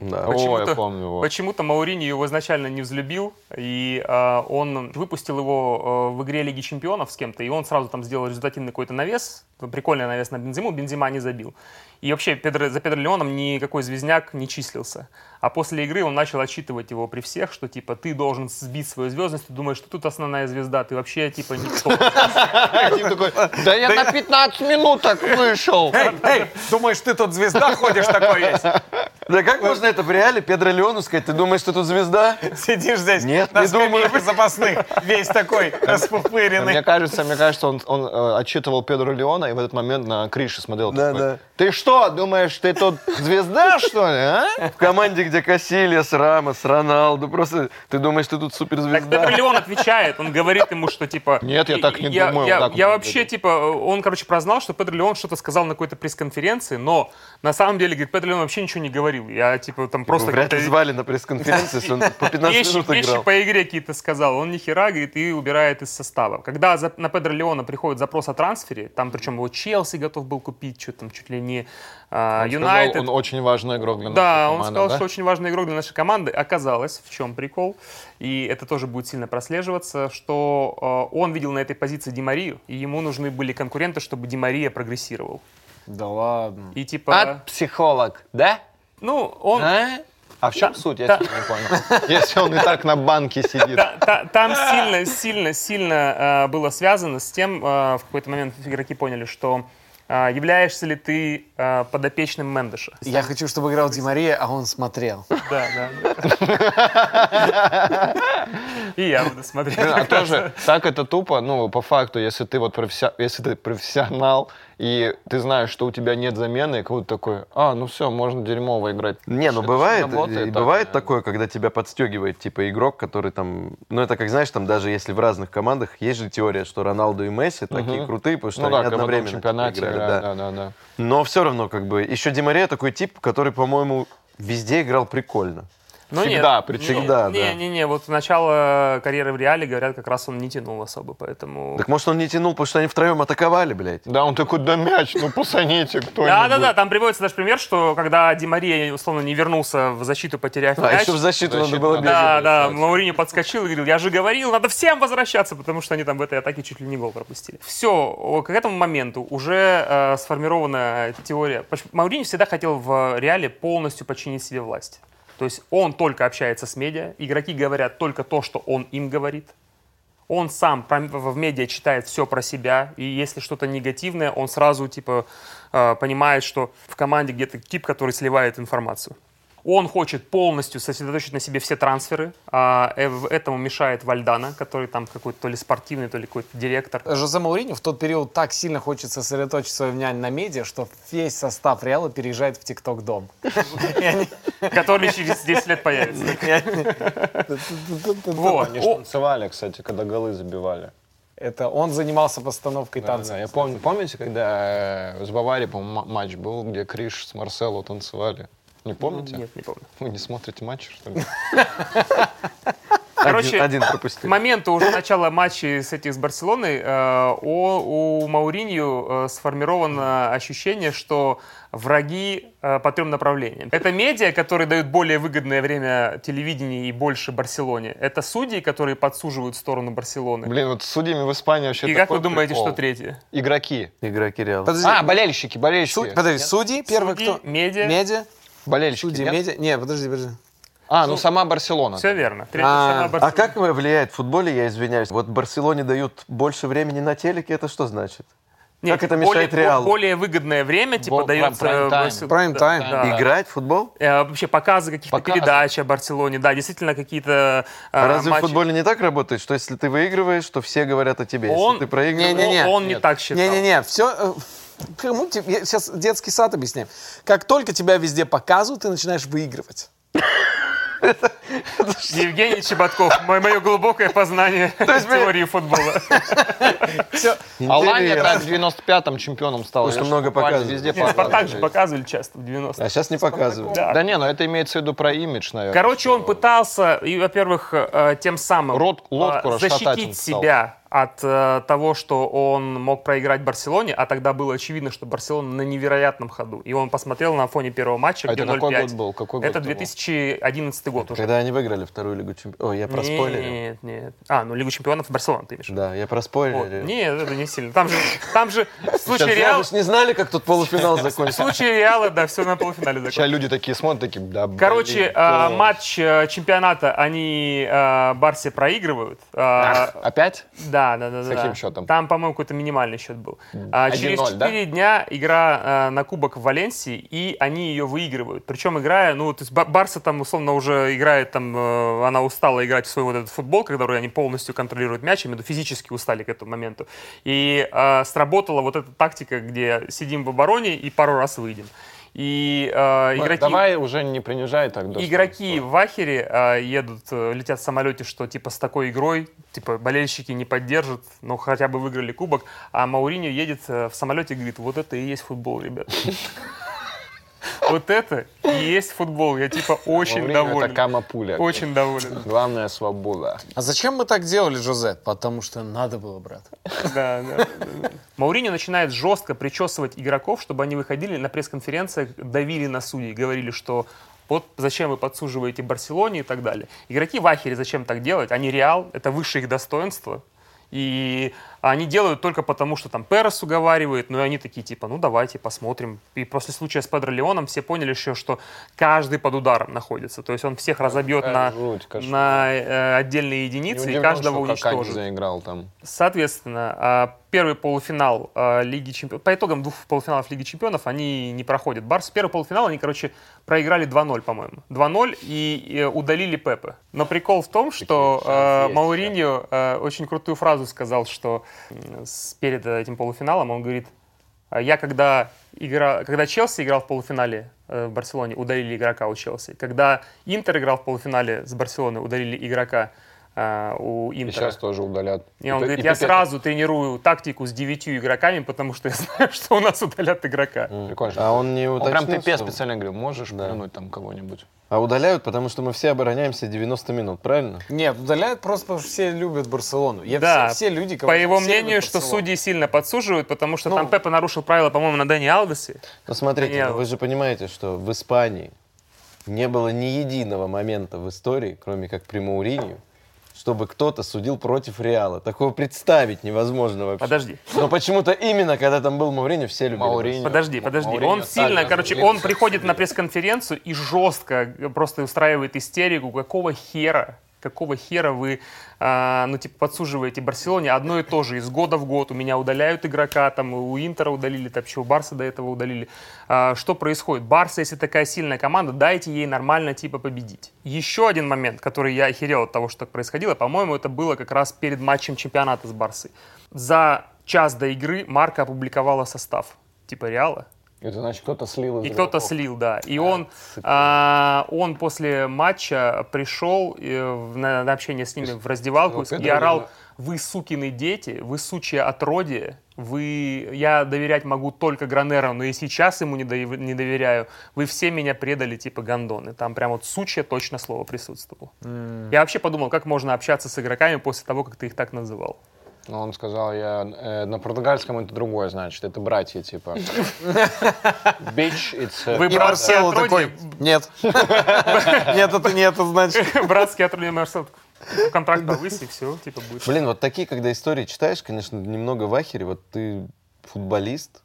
Speaker 5: Да.
Speaker 6: О,
Speaker 3: Почему-то,
Speaker 6: я помню его.
Speaker 3: Почему-то Маурини его изначально не взлюбил, и э, он выпустил его э, в игре Лиги Чемпионов с кем-то, и он сразу там сделал результативный какой-то навес, прикольный навес на Бензиму, Бензима не забил. И вообще Педро- за Педро Леоном никакой звездняк не числился. А после игры он начал отчитывать его при всех, что типа ты должен сбить свою звездность, ты думаешь, что тут основная звезда, ты вообще типа никто.
Speaker 7: Да я на 15 минуток вышел.
Speaker 4: Эй, эй, думаешь, ты тут звезда ходишь такой весь?
Speaker 5: Да как можно это в реале Педро Леону сказать? Ты думаешь, что тут звезда?
Speaker 4: Сидишь здесь
Speaker 5: Нет,
Speaker 4: на
Speaker 5: не думаю.
Speaker 4: скамейке запасных, весь такой
Speaker 6: Мне
Speaker 4: распупыренный.
Speaker 6: кажется, мне кажется, он, он, э, отчитывал Педро Леона и в этот момент на Криши смотрел.
Speaker 5: Да,
Speaker 6: такой,
Speaker 5: да.
Speaker 6: Ты что, думаешь, ты тут звезда, что ли, а?
Speaker 5: В команде, где Кассильяс, Рамос, Роналду, просто ты думаешь, ты тут
Speaker 3: Так Педро
Speaker 5: суперзвезда?
Speaker 3: Леон отвечает, он говорит ему, что типа...
Speaker 6: Нет, я так не думаю,
Speaker 3: Я,
Speaker 6: вот так
Speaker 3: я
Speaker 6: вот
Speaker 3: вообще,
Speaker 6: выглядит.
Speaker 3: типа, он, короче, прознал, что Педро Леон что-то сказал на какой-то пресс-конференции, но на самом деле, говорит, Педро Леон вообще ничего не говорил. Я, типа, там просто...
Speaker 5: Просто вряд ли
Speaker 3: какие-то
Speaker 5: звали на пресс-конференции, если он по 15
Speaker 3: Вещи,
Speaker 5: минут
Speaker 3: вещи
Speaker 5: играл.
Speaker 3: по игре какие-то сказал, он ни хера, говорит, и убирает из состава. Когда за- на Педро Леона приходит запрос о трансфере, там причем его Челси готов был купить, что там чуть ли не а,
Speaker 6: Он сказал,
Speaker 3: Юнайтед.
Speaker 6: Он очень важный игрок для
Speaker 3: Да,
Speaker 6: нашей
Speaker 3: он
Speaker 6: команды,
Speaker 3: сказал,
Speaker 6: да?
Speaker 3: что очень важный игрок для нашей команды. Оказалось, в чем прикол, и это тоже будет сильно прослеживаться, что э, он видел на этой позиции Димарию, и ему нужны были конкуренты, чтобы Димария прогрессировал.
Speaker 4: Да ладно.
Speaker 3: И типа,
Speaker 7: А психолог, да?
Speaker 3: ну, он...
Speaker 7: А?
Speaker 6: А в чем суть? Я
Speaker 3: да.
Speaker 6: тебя не понял. Если он и так на банке сидит.
Speaker 3: та- та- там сильно, сильно, сильно э, было связано с тем, э, в какой-то момент игроки поняли, что э, являешься ли ты э, подопечным Мендеша.
Speaker 4: Я хочу, чтобы играл Ди Мария, а он смотрел.
Speaker 3: Да, да. И я буду смотреть.
Speaker 6: Блин, а тоже так это тупо, ну, по факту, если ты вот профессия- если ты профессионал, и ты знаешь, что у тебя нет замены, и как будто такой, а, ну все, можно дерьмово играть.
Speaker 5: Не, ну
Speaker 6: Это ж
Speaker 5: бывает,
Speaker 6: работает
Speaker 5: и
Speaker 6: так,
Speaker 5: бывает
Speaker 6: наверное.
Speaker 5: такое, когда тебя подстегивает, типа, игрок, который там... Ну, это как, знаешь, там даже если в разных командах, есть же теория, что Роналду и Месси такие
Speaker 6: Мгм.
Speaker 5: крутые, потому что
Speaker 6: Ну
Speaker 5: они
Speaker 6: да, как в одном
Speaker 5: одновременно
Speaker 6: чемпионате
Speaker 5: играли,
Speaker 6: играют, да,
Speaker 5: да.
Speaker 6: да, да.
Speaker 5: Но все равно, как бы, еще Ди Мария такой тип, который, по-моему, везде играл прикольно.
Speaker 3: Ну, нет.
Speaker 6: Всегда, причем.
Speaker 3: Не,
Speaker 5: Всегда,
Speaker 3: не,
Speaker 5: да.
Speaker 3: Не, не, вот начало э, карьеры в Реале, говорят, как раз он не тянул особо, поэтому...
Speaker 5: Так может, он не тянул, потому что они втроем атаковали, блядь. А
Speaker 6: Да, он такой, да мяч, ну пацаните кто-нибудь.
Speaker 3: Да, да, да, там приводится даже пример, что когда Ди Мария, условно, не вернулся в защиту, потеряв
Speaker 5: А
Speaker 3: мяч,
Speaker 5: еще в защиту надо
Speaker 6: защиту
Speaker 5: было
Speaker 6: надо.
Speaker 5: бегать.
Speaker 3: да, да, Маурини подскочил и говорил, я же говорил, надо всем возвращаться, потому что они там в этой атаке чуть ли не гол пропустили. Все, к этому моменту уже э, сформирована теория. Поч- Маурини всегда хотел в Реале полностью подчинить себе власть. То есть он только общается с медиа, игроки говорят только то, что он им говорит. Он сам про- в медиа читает все про себя, и если что-то негативное, он сразу типа э, понимает, что в команде где-то тип, который сливает информацию. Он хочет полностью сосредоточить на себе все трансферы, а э, в- этому мешает Вальдана, который там какой-то то ли спортивный, то ли какой-то директор.
Speaker 4: Жозе Мауриньо в тот период так сильно хочет сосредоточить свое внимание на медиа, что весь состав Реала переезжает в ТикТок-дом. И они-
Speaker 3: который через 10 лет появится. Вот.
Speaker 6: Они ж
Speaker 3: О,
Speaker 6: танцевали, кстати, когда голы забивали.
Speaker 4: Это он занимался постановкой
Speaker 6: Да, да, да.
Speaker 4: танцев.
Speaker 6: Я помню, помните, когда э, с Баварией, по-моему, ма- матч был, где Криш с Марсело танцевали? Не помните?
Speaker 3: Нет, не помню.
Speaker 6: Вы не смотрите матч, что ли?
Speaker 3: Короче,
Speaker 5: один, один пропустил.
Speaker 3: К моменту уже начала матча с этих с Барселоной э, о- у Мауринью э, сформировано ощущение, что враги э, по трем направлениям. Это медиа, которые дают более выгодное время телевидению и больше Барселоне. Это судьи, которые подсуживают сторону Барселоны.
Speaker 6: Блин, вот с судьями в Испании вообще
Speaker 3: и как
Speaker 6: такой
Speaker 3: вы думаете,
Speaker 6: прикол.
Speaker 3: что третье?
Speaker 6: Игроки.
Speaker 5: Игроки Реала.
Speaker 4: Подожди,
Speaker 6: А, болельщики,
Speaker 4: суд-
Speaker 6: болельщики.
Speaker 4: подожди, судьи, первый
Speaker 3: Судьи,
Speaker 4: кто?
Speaker 3: медиа.
Speaker 4: Медиа.
Speaker 6: Болельщики,
Speaker 4: Судьи,
Speaker 6: нет?
Speaker 4: медиа. Не, подожди, подожди.
Speaker 6: А, ну сама Барселона.
Speaker 3: Все верно. Третье
Speaker 4: А,
Speaker 3: сама
Speaker 4: а
Speaker 3: Барселона.
Speaker 5: А как влияет в футболе, я извиняюсь, вот Барселоне дают больше времени на телеке, это что значит?
Speaker 3: Нет,
Speaker 5: как это
Speaker 3: более-
Speaker 5: мешает Реалу?
Speaker 3: Более выгодное время, типа,
Speaker 6: Вот,
Speaker 3: дается...
Speaker 6: прайм-тайм.
Speaker 3: Барсел-
Speaker 4: Прайм-тайм.
Speaker 3: Да, да.
Speaker 5: Играть в футбол?
Speaker 3: Э, Вообще показы каких-то
Speaker 6: Показы.
Speaker 3: передач о Барселоне, да, действительно какие-то э,
Speaker 5: А разве в
Speaker 3: матчи.
Speaker 5: футболе не так работает, что если ты выигрываешь, то все говорят о тебе?
Speaker 3: Он-
Speaker 5: Если ты проигрываешь... ну,
Speaker 4: Не-не-не.
Speaker 3: О- Он не так считал.
Speaker 4: Не-не-не, все... Кому тебе- я сейчас детский сад объясняю. Как только тебя везде показывают, ты начинаешь выигрывать.
Speaker 3: Евгений Чеботков, мое глубокое познание теории футбола.
Speaker 6: Алания
Speaker 5: Интересно.
Speaker 6: так в 95-м чемпионом стала.
Speaker 5: Потому что
Speaker 6: Я ж
Speaker 5: много
Speaker 6: буквально
Speaker 5: показывали.
Speaker 6: Везде
Speaker 5: Нет,
Speaker 6: показывали.
Speaker 3: Спартак же показывали часто в 90-х.
Speaker 5: А сейчас не показывают.
Speaker 3: Да.
Speaker 6: Да не, но это имеется в виду про имидж, наверное.
Speaker 3: Короче, он пытался, и, во-первых, э, тем самым
Speaker 6: Рот- лодку
Speaker 3: э,
Speaker 6: расшатать он
Speaker 3: защитить
Speaker 6: стал.
Speaker 3: себя от э, того, что он мог проиграть Барселоне, а тогда было очевидно, что Барселона на невероятном ходу. И он посмотрел на фоне первого матча,
Speaker 6: А
Speaker 3: где
Speaker 6: это какой
Speaker 3: 0:5.
Speaker 6: год был? Какой год
Speaker 3: Это
Speaker 6: это был?
Speaker 3: 2011 год уже.
Speaker 5: Когда они выиграли вторую Лигу Чемпионов... Ой, я проспойлерил.
Speaker 3: Нет, нет. А, ну Лигу чемпионов Барселона, ты имеешь? в виду.
Speaker 5: Да, я
Speaker 3: Вот.
Speaker 5: проспойлерил.
Speaker 3: Нет, это не сильно. Там же, там же в случае
Speaker 5: Сейчас,
Speaker 3: Реала-
Speaker 5: Вы ж не знали, как тут полуфинал
Speaker 3: В
Speaker 5: закончится?
Speaker 3: случае Реала, да, все на полуфинале
Speaker 6: Сейчас
Speaker 3: закончилось.
Speaker 6: люди такие смотрят, такие, да, блин,
Speaker 3: Короче,
Speaker 6: класс.
Speaker 3: э, матч э, чемпионата они э, Барсе проигрывают. Э,
Speaker 6: Опять?
Speaker 3: Да, да, да. да.
Speaker 6: каким счетом?
Speaker 3: Там, по-моему, какой-то минимальный счет был. А,
Speaker 6: 1-0,
Speaker 3: через
Speaker 6: да?
Speaker 3: 4 дня игра э, на Кубок в Валенсии, и они ее выигрывают. Причем играя, ну, то есть Ба- Барса там, условно, уже играет там, э, она устала играть в свой вот этот футбол, когда они полностью контролируют мяч, именно физически устали к этому моменту. И э, сработала вот эта тактика, где сидим в обороне и пару раз выйдем. И э, игроки...
Speaker 6: Ну, Давай уже не принижай так. достоинство.
Speaker 3: Игроки в Ахере а, едут, э, летят в самолете, что типа с такой игрой, типа болельщики не поддержат, но хотя бы выиграли кубок. А Мауриньо едет э, в самолете и говорит, вот это и есть футбол, ребят. Вот это и есть футбол. Я типа очень
Speaker 6: Мауриньо Это
Speaker 3: доволен.
Speaker 6: Камапуля.
Speaker 3: Очень доволен.
Speaker 6: Главное свобода.
Speaker 4: А зачем мы так делали, Жозе? Потому что надо было, брат.
Speaker 3: Да, да, да, да. Мауриньо начинает жестко причесывать игроков, чтобы они выходили на пресс-конференциях, давили на судей, говорили, что вот зачем вы подсуживаете Барселоне и так далее. Игроки в ахере зачем так делать? Они Реал, это высшее их достоинство. И они делают только потому, что там Перес уговаривает, но и они такие типа, ну давайте посмотрим. И после случая с Педро Леоном все поняли еще, что каждый под ударом находится. То есть он всех разобьет на,
Speaker 6: какая жуть, кошмар.
Speaker 3: на э, отдельные
Speaker 6: Не
Speaker 3: единицы и
Speaker 6: удивлен,
Speaker 3: каждого
Speaker 6: что Какань
Speaker 3: уничтожит.
Speaker 6: заиграл там.
Speaker 3: Соответственно, а, первый полуфинал э, Лиги Чемпионов, по итогам двух полуфиналов Лиги Чемпионов они не проходят. Барс первый полуфинал, они, короче, проиграли 2-0, по-моему. 2-0 и э, удалили Пепе. Но прикол в том, что э, Мауриньо э, очень крутую фразу сказал, что м, с- перед э, этим полуфиналом он говорит, а Я когда, игра... когда Челси играл в полуфинале э, в Барселоне, удалили игрока у Челси. Когда Интер играл в полуфинале с Барселоной, удалили игрока э, у
Speaker 6: И
Speaker 3: Интера.
Speaker 6: сейчас тоже удалят.
Speaker 3: И он
Speaker 6: ты-
Speaker 3: говорит,
Speaker 6: ты
Speaker 3: я
Speaker 6: пять-
Speaker 3: сразу тренирую тактику с девятью игроками, потому что я знаю, что у нас удалят игрока.
Speaker 6: Прикольно. что
Speaker 5: А он не
Speaker 6: Он Ну, прям
Speaker 5: уточнил,
Speaker 6: ты
Speaker 5: что-
Speaker 6: специально говорю, можешь плюнуть там кого-нибудь.
Speaker 5: А удаляют, потому что мы все обороняемся 90 минут, правильно?
Speaker 4: Нет, удаляют просто потому, что все любят Барселону. Я
Speaker 3: Да,
Speaker 4: все, все люди,
Speaker 3: По
Speaker 4: короче,
Speaker 3: его
Speaker 4: все
Speaker 3: мнению,
Speaker 4: любят
Speaker 3: что
Speaker 4: Барселону.
Speaker 3: судьи сильно подсуживают, потому что
Speaker 4: Ну.
Speaker 3: там Пепа нарушил правила, по-моему, на Дани Алвесе.
Speaker 5: Ну, смотрите,
Speaker 3: Не,
Speaker 5: ну, вы же понимаете, что в Испании не было ни единого момента в истории, кроме как при Мауринью, чтобы кто-то судил против Реала. Такого представить невозможно вообще.
Speaker 3: Подожди.
Speaker 5: Но почему-то именно, когда там был Мауриньо, все любили.
Speaker 6: Мауриньо.
Speaker 3: Подожди, подожди.
Speaker 6: Мауриньо
Speaker 3: Он сильно,
Speaker 6: также
Speaker 3: короче,
Speaker 6: отвлекся
Speaker 3: он
Speaker 6: от
Speaker 3: приходит на пресс-конференцию и жестко просто устраивает истерику. Какого хера? Какого хера вы, а, ну, типа, подсуживаете Барселоне одно и то же. Из года в год у меня удаляют игрока, там, у Интера удалили, там, чего, Барса до этого удалили. А, что происходит? Барса, если такая сильная команда, дайте ей нормально, типа, победить. Еще один момент, который я охерел от того, что так происходило, по-моему, это было как раз перед матчем чемпионата с Барсой. За час до игры Марка опубликовала состав, типа, Реала.
Speaker 6: Это значит, кто-то слил из
Speaker 3: И кто-то
Speaker 6: игроков.
Speaker 3: слил, да. И он, а, он после матча пришел э, в- на, на общение с ними в раздевалку
Speaker 6: вот это
Speaker 3: и орал:
Speaker 6: именно.
Speaker 3: "Вы сукины дети, вы сучья отродье, вы я доверять могу только Гранеру, но и сейчас ему не, доев- не доверяю. Вы все меня предали типа гондоны". Там прям вот сучья точно слово присутствовало. Я вообще подумал, как можно общаться с игроками после того, как ты их так называл.
Speaker 6: Но Ну, он сказал, я э, на португальском это другое значит, это братья типа. Бич, it's... э,
Speaker 3: Вы
Speaker 4: И
Speaker 3: братские
Speaker 4: Барсело
Speaker 3: отродья,
Speaker 4: такой, нет. Нет, это не это значит.
Speaker 3: братские отродья Марсел. Контракт повыси, все, типа будет.
Speaker 5: Блин, вот такие, когда истории читаешь, конечно, немного в ахере. Вот ты футболист,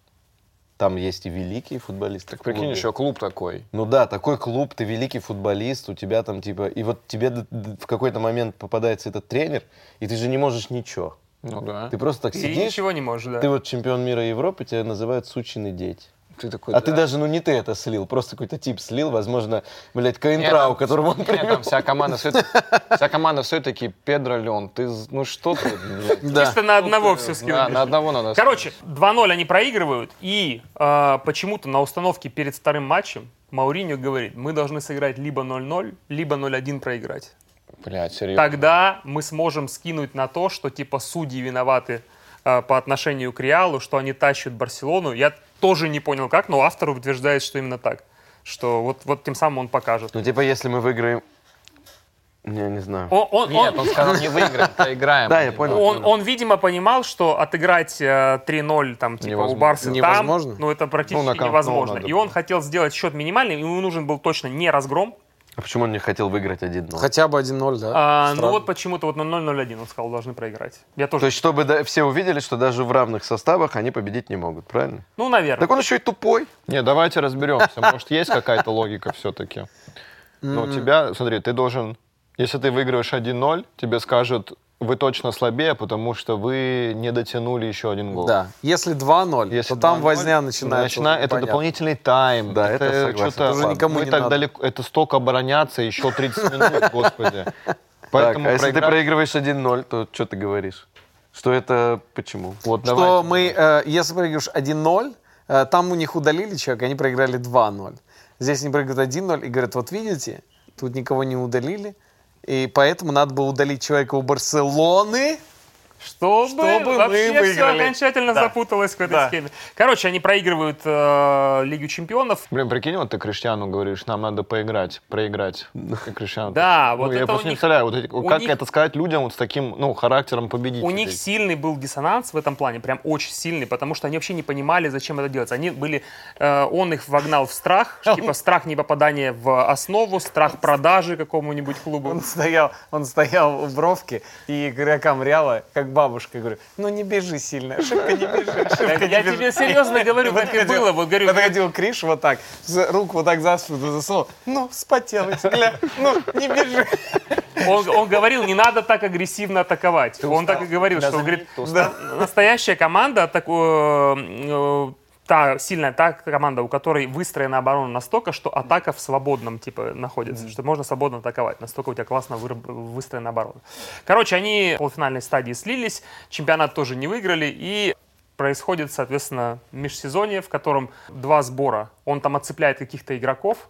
Speaker 5: там есть и великие футболисты.
Speaker 6: Так
Speaker 5: в клубе.
Speaker 6: прикинь, еще клуб такой.
Speaker 5: Ну да, такой клуб, ты великий футболист, у тебя там типа... И вот тебе д- д- в какой-то момент попадается этот тренер, и ты же не можешь ничего.
Speaker 6: Ну да.
Speaker 5: Ты просто так
Speaker 3: И
Speaker 5: сидишь,
Speaker 3: ничего не можешь, да.
Speaker 5: ты вот чемпион мира и Европы, тебя называют сучины дети.
Speaker 6: Ты такой,
Speaker 5: А
Speaker 6: да.
Speaker 5: ты даже, ну не ты это слил, просто какой-то тип слил, возможно, блядь, Каинтрау,
Speaker 6: там-
Speaker 5: которому он
Speaker 6: Нет,
Speaker 5: привел.
Speaker 6: там вся команда, все, вся команда все-таки Педро Леон. Ты, з- ну что ты? блядь?
Speaker 3: Чисто на одного все скинули.
Speaker 6: Да, на одного надо.
Speaker 3: Короче, 2-0 они проигрывают, и э, почему-то на установке перед вторым матчем Мауриньо говорит, мы должны сыграть либо 0-0, либо 0-1 проиграть.
Speaker 6: Блядь, серьезно.
Speaker 3: Тогда мы сможем скинуть на то, что типа судьи виноваты э, по отношению к Реалу, что они тащат Барселону. Я тоже не понял как, но автор утверждает, что именно так. Что вот, вот тем самым он покажет.
Speaker 5: Ну типа, если мы выиграем... Я не знаю.
Speaker 3: Он- он- он-
Speaker 6: Нет, он сказал, не выиграем, проиграем.
Speaker 5: Да, я понял.
Speaker 3: Он, он, видимо, понимал, что отыграть э, 3-0 там, типа, у
Speaker 6: Невозможно.
Speaker 3: Барса
Speaker 4: Невозможно.
Speaker 3: там, ну, это практически
Speaker 6: Ну, на Камп Ноу
Speaker 3: невозможно.
Speaker 6: надо
Speaker 3: И он хотел сделать счет минимальный, ему нужен был точно не разгром.
Speaker 5: А почему он не хотел выиграть один
Speaker 4: Хотя бы 1-0, да?
Speaker 3: А, ну, вот почему-то вот на 0-0-1 он сказал, должны проиграть. Я
Speaker 5: То
Speaker 3: тоже,
Speaker 5: есть, чтобы да- все увидели, что даже в равных составах они победить не могут, правильно?
Speaker 3: ну, наверное.
Speaker 5: Так он еще и тупой.
Speaker 6: Не, давайте разберемся. Может, есть какая-то логика все-таки? Но тебя, смотри, ты должен... Если ты выигрываешь 1-0, тебе скажут, вы точно слабее, потому что вы не дотянули еще один гол.
Speaker 4: Да. Если 2-0,
Speaker 6: Если
Speaker 4: то там
Speaker 6: 2-0,
Speaker 4: возня начинается.
Speaker 6: Начина-
Speaker 4: уже,
Speaker 6: это
Speaker 4: понятно.
Speaker 6: дополнительный тайм.
Speaker 5: Да, это согласен.
Speaker 6: что-то...
Speaker 5: Это
Speaker 4: уже никому
Speaker 6: мы
Speaker 4: не
Speaker 6: так
Speaker 4: надо.
Speaker 6: далеко... Это столько обороняться, еще 30 минут, господи.
Speaker 5: Так,
Speaker 6: Поэтому
Speaker 5: а если ты
Speaker 6: проиграть-
Speaker 5: проигрываешь 1-0, то что ты говоришь? Что это почему?
Speaker 6: Вот,
Speaker 4: Что
Speaker 6: давайте.
Speaker 4: мы, э, если проигрываешь 1-0, э, там у них удалили человека, они проиграли 2-0. Здесь они проигрывают 1-0 и говорят, вот видите, тут никого не удалили, и поэтому надо было удалить человека у Барселоны.
Speaker 3: Чтобы,
Speaker 4: мы
Speaker 3: вообще все
Speaker 4: выиграли.
Speaker 3: окончательно запуталось в этой
Speaker 4: Да.
Speaker 3: схеме. Короче, они проигрывают э, Лигу чемпионов.
Speaker 6: Блин, прикинь, вот ты Криштиану говоришь, нам надо поиграть, проиграть. И Криштиану.
Speaker 3: Да,
Speaker 6: Ну,
Speaker 3: вот
Speaker 6: я
Speaker 3: это
Speaker 6: просто
Speaker 3: у
Speaker 6: не
Speaker 3: них-
Speaker 6: представляю, вот эти-
Speaker 3: у
Speaker 6: как
Speaker 3: них-
Speaker 6: это сказать людям вот с таким, ну, характером победителей.
Speaker 3: У них сильный был диссонанс в этом плане, прям очень сильный, потому что они вообще не понимали, зачем это делается. Они были, э, он их вогнал в страх, типа страх непопадания в основу, страх продажи какому-нибудь клубу.
Speaker 4: Он стоял, он стоял в бровке и игрокам Реала, как бабушка, говорю, ну не бежи сильно, ошибка не бежи, ошибка
Speaker 3: Я
Speaker 4: не бежи».
Speaker 3: тебе серьезно говорю, так и
Speaker 4: Подходил-
Speaker 3: было. Вот говорю,
Speaker 4: Подходил Криш вот так, за- руку вот так за спину засунул, ну, вспотелась, гля, ну, не бежи.
Speaker 3: он, он говорил, не надо так агрессивно атаковать. он так и говорил, что он говорит, настоящая команда, атаку- э, э, та сильная та команда, у которой выстроена оборона настолько, что атака в свободном типа находится, что можно свободно атаковать, настолько у тебя классно выраб- выстроена оборона. Короче, они в полуфинальной стадии слились, чемпионат тоже не выиграли и происходит, соответственно, межсезонье, в котором два сбора. Он там отцепляет каких-то игроков,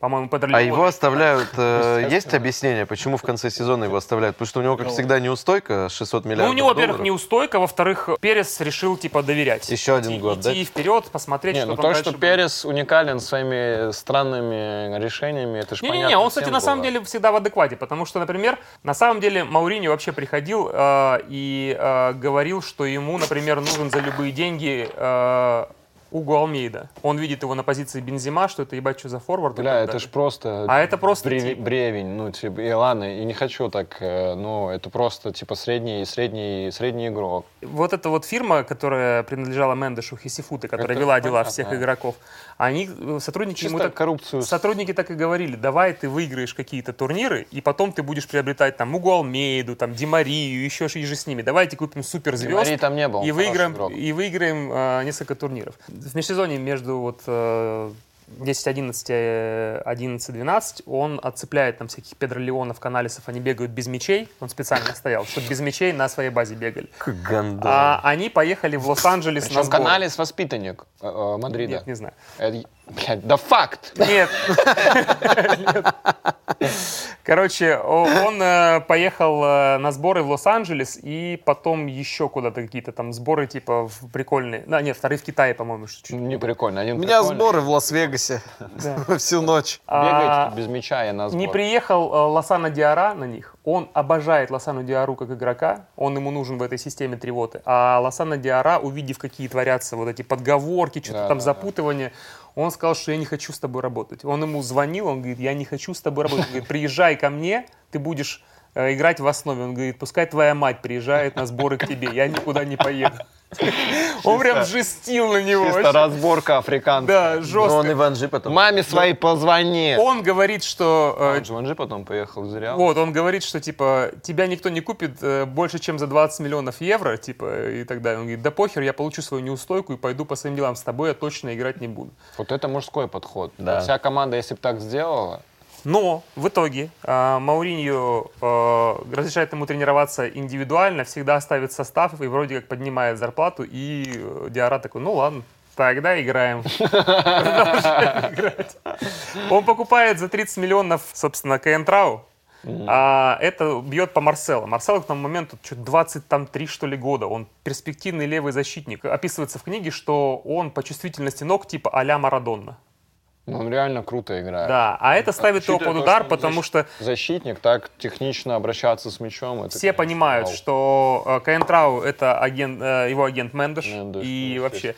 Speaker 3: по-моему, Педро
Speaker 5: А
Speaker 3: Леоне.
Speaker 5: его оставляют... э, Есть объяснение, почему в конце сезона его оставляют? Потому что у него, как всегда, неустойка 600
Speaker 3: Ну, у
Speaker 5: миллиардов
Speaker 3: него, во-первых,
Speaker 5: долларов.
Speaker 3: неустойка, во-вых, Перес решил, типа, доверять.
Speaker 5: Еще один
Speaker 3: идти,
Speaker 5: год, да?
Speaker 3: идти вперед, посмотреть,
Speaker 6: Не,
Speaker 3: что
Speaker 6: ну
Speaker 3: там
Speaker 6: то,
Speaker 3: дальше
Speaker 6: что
Speaker 3: будет.
Speaker 6: Перес уникален своими странными решениями, это же понятно.
Speaker 3: Не-не-не, он, кстати,
Speaker 6: всем
Speaker 3: на самом
Speaker 6: было.
Speaker 3: деле всегда в адеквате, потому что, например, на самом деле Мауриньо вообще приходил э, и э, говорил, что ему, например, нужен за любые деньги э, Угу Алмейда. Он видит его на позиции Бензима, что это ебать что за форвард. и
Speaker 6: Бля,
Speaker 3: так
Speaker 6: это
Speaker 3: далее.
Speaker 6: ж просто...
Speaker 3: А это просто
Speaker 6: бре-
Speaker 3: тип.
Speaker 6: бревень, ну, типа, и ладно, и не хочу так, э, ну, это просто, типа, средний, средний, средний игрок.
Speaker 3: Вот эта вот фирма, которая принадлежала Мендешу Хисифуте, которая
Speaker 6: Это
Speaker 3: вела дела
Speaker 6: понятно.
Speaker 3: всех игроков, они э, сотрудники ему
Speaker 6: Чисто
Speaker 3: так
Speaker 6: коррупцию. с-
Speaker 3: Сотрудники так и говорили, давай ты выиграешь какие-то турниры, и потом ты будешь приобретать там Угуалмейду, там Димарию, еще ж- и же с ними. Давайте купим суперзвезд
Speaker 6: Марии там не был,
Speaker 3: и
Speaker 6: хороший
Speaker 3: выиграем,
Speaker 6: игрок.
Speaker 3: и выиграем э, несколько турниров. В межсезонье между вот э, 10-11, э, 11-12 он отцепляет там всяких Педро Леонов, Каналисов, они бегают без мячей, он специально стоял, чтобы без мячей на своей базе бегали.
Speaker 5: Как гандон.
Speaker 3: А они поехали в Лос-Анджелес на
Speaker 6: Причем
Speaker 3: сборы.
Speaker 6: Каналис воспитанник э, э, Мадрида.
Speaker 3: Нет, не знаю.
Speaker 6: Это- блядь, да факт!
Speaker 3: Нет. Короче, о- он э, поехал э, на сборы в Лос-Анджелес и потом еще куда-то какие-то там сборы типа в- прикольные. Да, нет, вторые в Китае, по-моему. что чуть-
Speaker 6: Не прикольно, один
Speaker 4: У меня
Speaker 6: прикольный.
Speaker 4: сборы в Лас-Вегасе всю ночь.
Speaker 3: А,
Speaker 6: Бегает без мяча и на сбор.
Speaker 3: Не приехал э, Лосано Диара на них. Он обожает Лосану Диару как игрока. Он ему нужен в этой системе тривоты. А Лосано Диара, увидев, какие творятся вот эти подговорки, что-то
Speaker 6: Да,
Speaker 3: там
Speaker 6: да,
Speaker 3: запутывание, он сказал, что я не хочу с тобой работать. Он ему звонил, он говорит, я не хочу с тобой работать. Он говорит, приезжай ко мне, ты будешь э, играть в основе. Он говорит, пускай твоя мать приезжает на сборы к тебе, я никуда не поеду. Он прям жестил на него.
Speaker 6: Чисто
Speaker 3: вообще.
Speaker 6: разборка африканцев.
Speaker 3: Да,
Speaker 5: Но он
Speaker 3: жестко.
Speaker 5: и Ванжи потом.
Speaker 6: Маме своей позвони!
Speaker 3: Он говорит, что э,
Speaker 6: Джуманджи потом поехал зря.
Speaker 3: Вот, он говорит, что, типа, тебя никто не купит э, больше, чем за 20 миллионов евро, типа, и так далее. Он говорит, да похер, я получу свою неустойку и пойду по своим делам, с тобой я точно играть не буду.
Speaker 6: Вот это мужской подход.
Speaker 5: Да.
Speaker 6: Вся команда, если бы так сделала,
Speaker 3: Но в итоге э, Мауриньо э, разрешает ему тренироваться индивидуально, всегда оставит состав и вроде как поднимает зарплату, и э, Диара такой, ну ладно, тогда играем. Продолжаем играть. Он покупает за 30 миллионов, собственно, Каентрау. А это бьет по Марселу. Марселу к тому моменту чуть 23 что ли года. Он перспективный левый защитник. Описывается в книге, что он по чувствительности ног типа а-ля Марадонна.
Speaker 6: ну, он реально круто играет.
Speaker 3: Да, а это ставит его
Speaker 6: Учитывая
Speaker 3: под
Speaker 6: то, что
Speaker 3: удар,
Speaker 6: он
Speaker 3: потому
Speaker 6: защ-
Speaker 3: что
Speaker 6: Защитник так технично обращаться с мячом. это,
Speaker 3: все
Speaker 6: конечно,
Speaker 3: понимают,
Speaker 6: вау.
Speaker 3: что Каентрау это агент, э, его агент Мендеш,
Speaker 6: Мендеш,
Speaker 3: и
Speaker 6: ну,
Speaker 3: вообще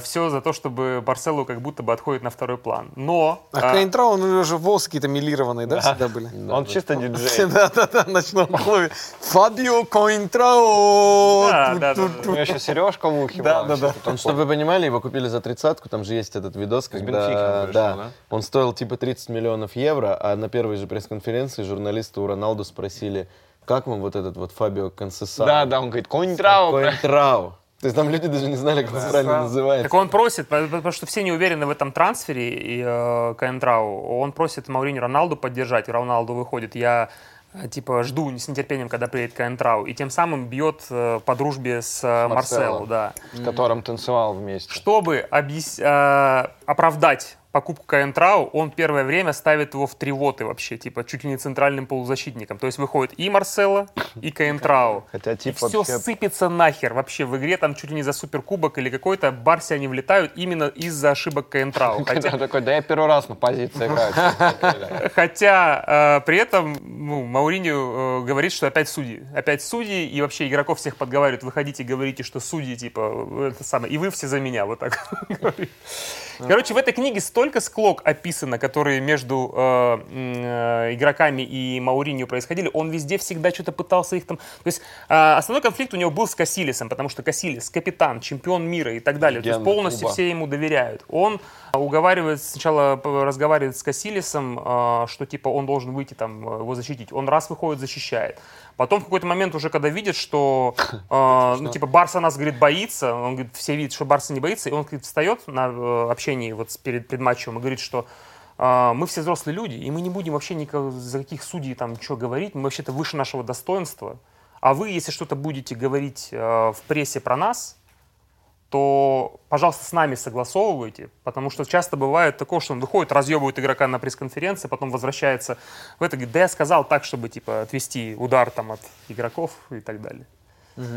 Speaker 3: все за то, чтобы Барселу как будто бы отходит на второй план. Но
Speaker 4: А
Speaker 3: э,
Speaker 4: Каинтра, у него же волосы какие-то милированные, да, всегда были?
Speaker 5: Он чисто диджей.
Speaker 4: Да-да-да, в ночном клубе. Фабио Коинтрао.
Speaker 3: Да, да, да,
Speaker 6: У меня еще сережка в ухе
Speaker 4: Да,
Speaker 6: была,
Speaker 4: да,
Speaker 6: всё
Speaker 4: да.
Speaker 6: такое.
Speaker 5: Он, чтобы вы понимали, его купили за тридцатку, там же есть этот видос,
Speaker 6: Бенфики
Speaker 5: когда
Speaker 6: он пришел,
Speaker 5: да,
Speaker 6: да?
Speaker 5: он стоил типа 30 миллионов евро, а на первой же пресс-конференции журналисты у Роналду спросили, как вам вот этот вот Фабио Консеса?
Speaker 6: Да, да, он говорит, конь трау.
Speaker 5: Коинтрау. То есть там люди даже не знали, как он правильно называется.
Speaker 3: так он просит, по- по- потому что все не уверены в этом трансфере и э, Каентрау, он просит Маурини Роналду поддержать. И Роналду выходит, я э, типа жду с нетерпением, когда приедет Каентрау, и тем самым бьет э, по дружбе с э, Марселу,
Speaker 6: Марсело.
Speaker 3: да.
Speaker 6: С которым танцевал вместе.
Speaker 3: Чтобы объяс- э, оправдать покупку Каентрау, он первое время ставит его в тривоты вообще, типа чуть ли не центральным полузащитником. То есть выходит и Марсело, и Каентрау.
Speaker 6: Хотя
Speaker 3: И
Speaker 6: тип
Speaker 3: все
Speaker 6: вообще...
Speaker 3: сыпется нахер вообще в игре, там чуть ли не за суперкубок или какой-то, Барси они влетают именно из-за ошибок Каентрау.
Speaker 6: Он
Speaker 3: Хотя,
Speaker 6: такой, да я первый раз на позиции играю.
Speaker 3: хотя, э, при этом ну, Мауриньо э, говорит, что опять судьи. Опять судьи, и вообще игроков всех подговаривают, выходите, говорите, что судьи, типа, это самое, и вы все за меня, вот так говорит. Короче, в этой книге 100 столько склок описано, которые между э, м, э, игроками и Мауринью происходили. Он везде всегда что-то пытался их там... То есть э, основной конфликт у него был с Касилисом, потому что Касилис — капитан, чемпион мира и так далее. То есть
Speaker 5: Легенда
Speaker 3: полностью
Speaker 5: клуба.
Speaker 3: все ему доверяют. Он э, уговаривает, сначала п- разговаривает с Касилисом, э, что типа он должен выйти там э, его защитить. Он раз выходит, защищает. Потом в какой-то момент уже, когда видит, что э, ну, типа Барса нас, говорит, боится, он говорит, все видят, что Барса не боится, и он, говорит, встает на э, общении вот с перед, перед матчем и говорит, что а, мы все взрослые люди, и мы не будем вообще никак, за каких судей там что говорить, мы вообще-то выше нашего достоинства. А вы, если что-то будете говорить э, в прессе про нас, то, пожалуйста, с нами согласовывайте, потому что часто бывает такое, что он выходит, разъебывает игрока на пресс-конференции, потом возвращается в это, говорит, да я сказал так, чтобы, типа, отвести удар там от игроков и так далее.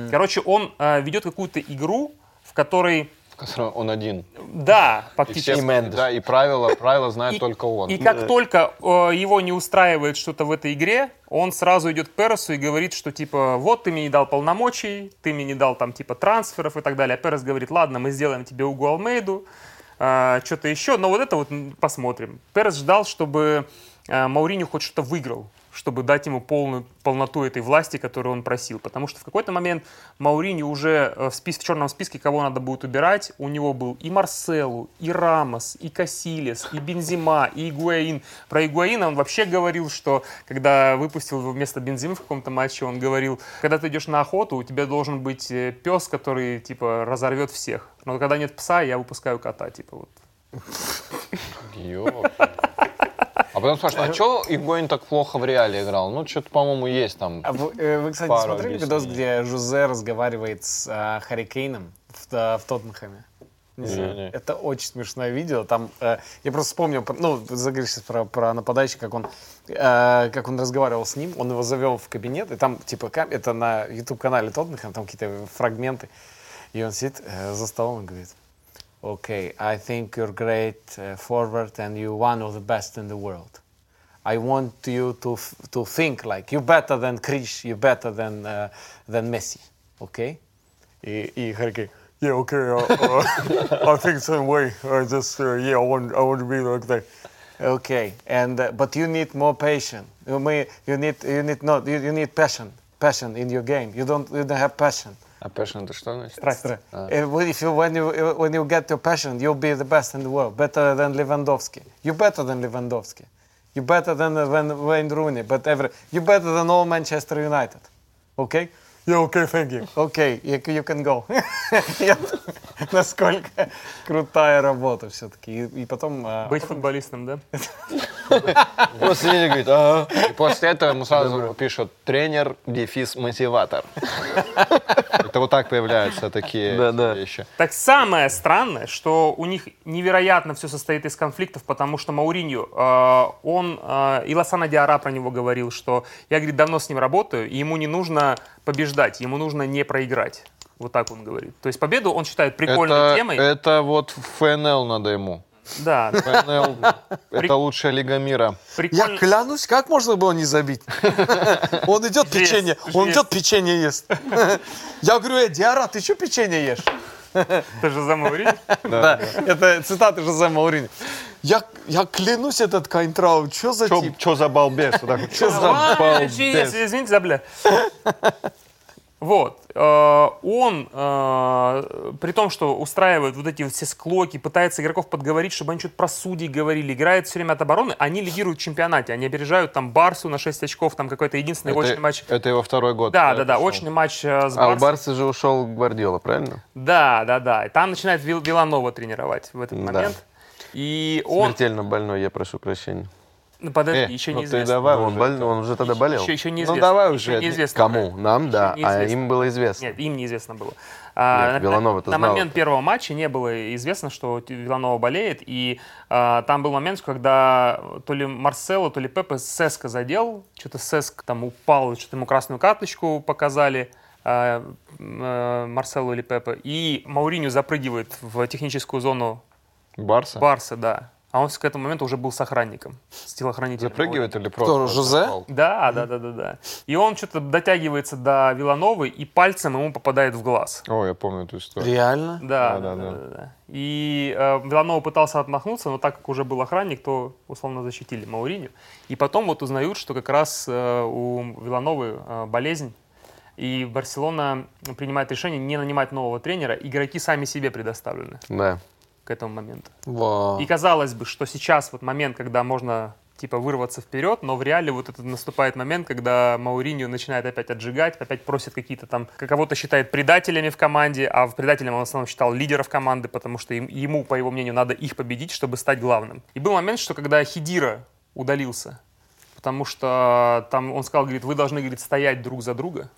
Speaker 3: Короче, он э, ведет какую-то игру, в которой,
Speaker 6: В котором Он один.
Speaker 3: да,
Speaker 6: И все-
Speaker 3: фактически,
Speaker 6: да, и правила, правила знает
Speaker 3: и-
Speaker 6: только он.
Speaker 3: И как только э, его не устраивает что-то в этой игре, он сразу идет к Пересу и говорит, что типа вот ты мне не дал полномочий, ты мне не дал там типа трансферов и так далее. А Перес говорит, ладно, мы сделаем тебе Угу Алмейду, что-то еще, но вот это вот м, посмотрим. Перес ждал, чтобы э, Мауриню хоть что-то выиграл чтобы дать ему полную полноту этой власти, которую он просил. Потому что в какой-то момент Маурини уже э, в, спис- в черном списке, кого надо будет убирать, у него был и Марселу, и Рамос, и Касилес, и Бензима, и Игуаин. Про Игуаина он вообще говорил, что когда выпустил его вместо Бензима в каком-то матче, он говорил, когда ты идешь на охоту, у тебя должен быть э, пес, который типа разорвет всех. Но когда нет пса, я выпускаю кота, типа вот.
Speaker 6: Ёп. А потом спрашивают, а чё Игоин так плохо в реале играл? Ну, что-то, по-моему, есть там.
Speaker 4: А вы, э, вы, кстати,
Speaker 6: Пару
Speaker 4: смотрели
Speaker 6: объяснений.
Speaker 4: видос, где Жузе разговаривает с а, Харри Кейном в, Т- в Тоттенхэме? Не знаю.
Speaker 6: Не-не.
Speaker 4: Это очень смешное видео. Там э, я просто вспомнил, про- ну, ты заговоришь сейчас про, про нападающего, как он, э, как он разговаривал с ним. Он его завел в кабинет, и там, типа, кам- это на YouTube-канале Тоттенхэм, там какие-то фрагменты. И он сидит э, за столом и говорит, Okay, I think you're great uh, forward and you're one of the best in the world. I want you to f- to think like you're better than Krish, you're better than uh, than Messi, okay? И, и Харки,
Speaker 8: Yeah, okay. Uh, uh, I think same way. I just uh, yeah, I want I want to be like that.
Speaker 4: okay, and uh, but you need more passion. You, may, you need you need not you, you need passion, passion in your game. You don't you don't have passion.
Speaker 6: А Пешин это что значит?
Speaker 4: Right. Uh, well, if you when you uh, when you get your passion, you'll be the best in the world, better than Lewandowski. You're better than Lewandowski. You're better than uh, Wayne- Wayne Rooney. But every you're better than all Manchester United. Okay.
Speaker 8: Yeah, okay, thank you.
Speaker 4: Окей, you, you can go. Я- Насколько крутая работа все-таки. И, и потом... э, а,
Speaker 3: Быть футболистом, да?
Speaker 5: Просто сидит и говорит, ага.
Speaker 6: И после этого ему сразу пишут тренер, дефис, мотиватор. Это вот так появляются такие вещи.
Speaker 3: Так самое странное, что у них невероятно все состоит из конфликтов, потому что Мауринью, э, он, э, и Лосана Диара про него говорил, что я, говорит, давно с ним работаю, и ему не нужно побеждать, ему нужно не проиграть. Вот так он говорит. То есть победу он считает прикольной
Speaker 6: Это,
Speaker 3: темой.
Speaker 6: это вот ФНЛ надо ему.
Speaker 3: Да,
Speaker 6: ФНЛ — это лучшая лига мира.
Speaker 3: прикольно.
Speaker 4: клянусь, как можно было не забить? Он идет
Speaker 3: Жесть,
Speaker 4: печенье, он
Speaker 3: жесть.
Speaker 4: идет печенье ест. Я говорю, э, Диара, ты что печенье ешь?
Speaker 3: Это же за Мауринью.
Speaker 4: Да, это цитата Жозе Маурини. Я, я клянусь, этот Кайнтрау, что за тип?
Speaker 6: Что за балбес? Вот так вот, Чё за
Speaker 3: Ой,
Speaker 6: балбес?
Speaker 3: извините, Извините за бля. Вот. э, Он, э, при том, что устраивает вот эти вот все склоки, пытается игроков подговорить, чтобы они что-то про судей говорили, играет все время от обороны, они лидируют в чемпионате, они опережают там Барсу на 6 очков, там какой-то единственный очный матч.
Speaker 6: Это, это его второй год.
Speaker 3: Да, да, да, очный матч э, с
Speaker 5: А у
Speaker 3: Барсой.
Speaker 5: Барса же ушел Гвардиола, правильно?
Speaker 3: Да, да, да. И там начинает Вил- Виланова тренировать в этот
Speaker 5: Да.
Speaker 3: момент. И он...
Speaker 5: Смертельно больной, я прошу прощения.
Speaker 3: Ну, подожди,
Speaker 6: Э,
Speaker 3: еще
Speaker 6: ну ты
Speaker 3: неизвестно.
Speaker 6: давай
Speaker 5: он,
Speaker 6: уже.
Speaker 5: боль- он уже тогда болел. Ну,
Speaker 3: Еще, еще неизвестно.
Speaker 5: давай
Speaker 3: Еще
Speaker 5: уже.
Speaker 3: неизвестно.
Speaker 5: Кому? Нам, да. А
Speaker 3: неизвестно.
Speaker 5: им было известно.
Speaker 3: Нет, им неизвестно было. А,
Speaker 6: Э,
Speaker 5: Нет, Виланова-то
Speaker 3: на
Speaker 5: знала.
Speaker 3: момент первого матча не было известно, что Т- Виланова болеет, и а, там был момент, когда то ли Марсело, то ли Пепе Сеска задел, что-то Сеск там упал, что-то ему красную карточку показали а, м, э, Марселу или Пепе, и Мауриню запрыгивает в техническую зону
Speaker 6: Барса?
Speaker 3: Барса, да. А он к этому моменту уже был с охранником, с телохранителем.
Speaker 6: Запрыгивает или просто?
Speaker 4: Кто, Жозе?
Speaker 6: упал?
Speaker 3: Да, да, да, да, да. И он что-то дотягивается до Вилановы и пальцем ему попадает в глаз.
Speaker 6: О, я помню эту историю.
Speaker 4: Реально?
Speaker 6: Да,
Speaker 3: Да, да,
Speaker 6: да,
Speaker 3: да. да, да. И э, Виланова пытался отмахнуться, но так как уже был охранник, то условно защитили Мауриню. И потом вот узнают, что как раз э, у Вилановы э, болезнь. И Барселона принимает решение не нанимать нового тренера. Игроки сами себе предоставлены
Speaker 5: Да.
Speaker 3: к этому моменту.
Speaker 5: А.
Speaker 4: Вау.
Speaker 3: И казалось бы, что сейчас вот момент, когда можно типа вырваться вперед, но в реале вот этот наступает момент, когда Мауриньо начинает опять отжигать, опять просит какие-то там, кого-то считает предателями в команде, а в предателем он в основном считал лидеров команды, потому что им- ему, по его мнению, надо их победить, чтобы стать главным. И был момент, что когда Хидира удалился, потому что там он сказал, говорит, вы должны, говорит, стоять друг за друга,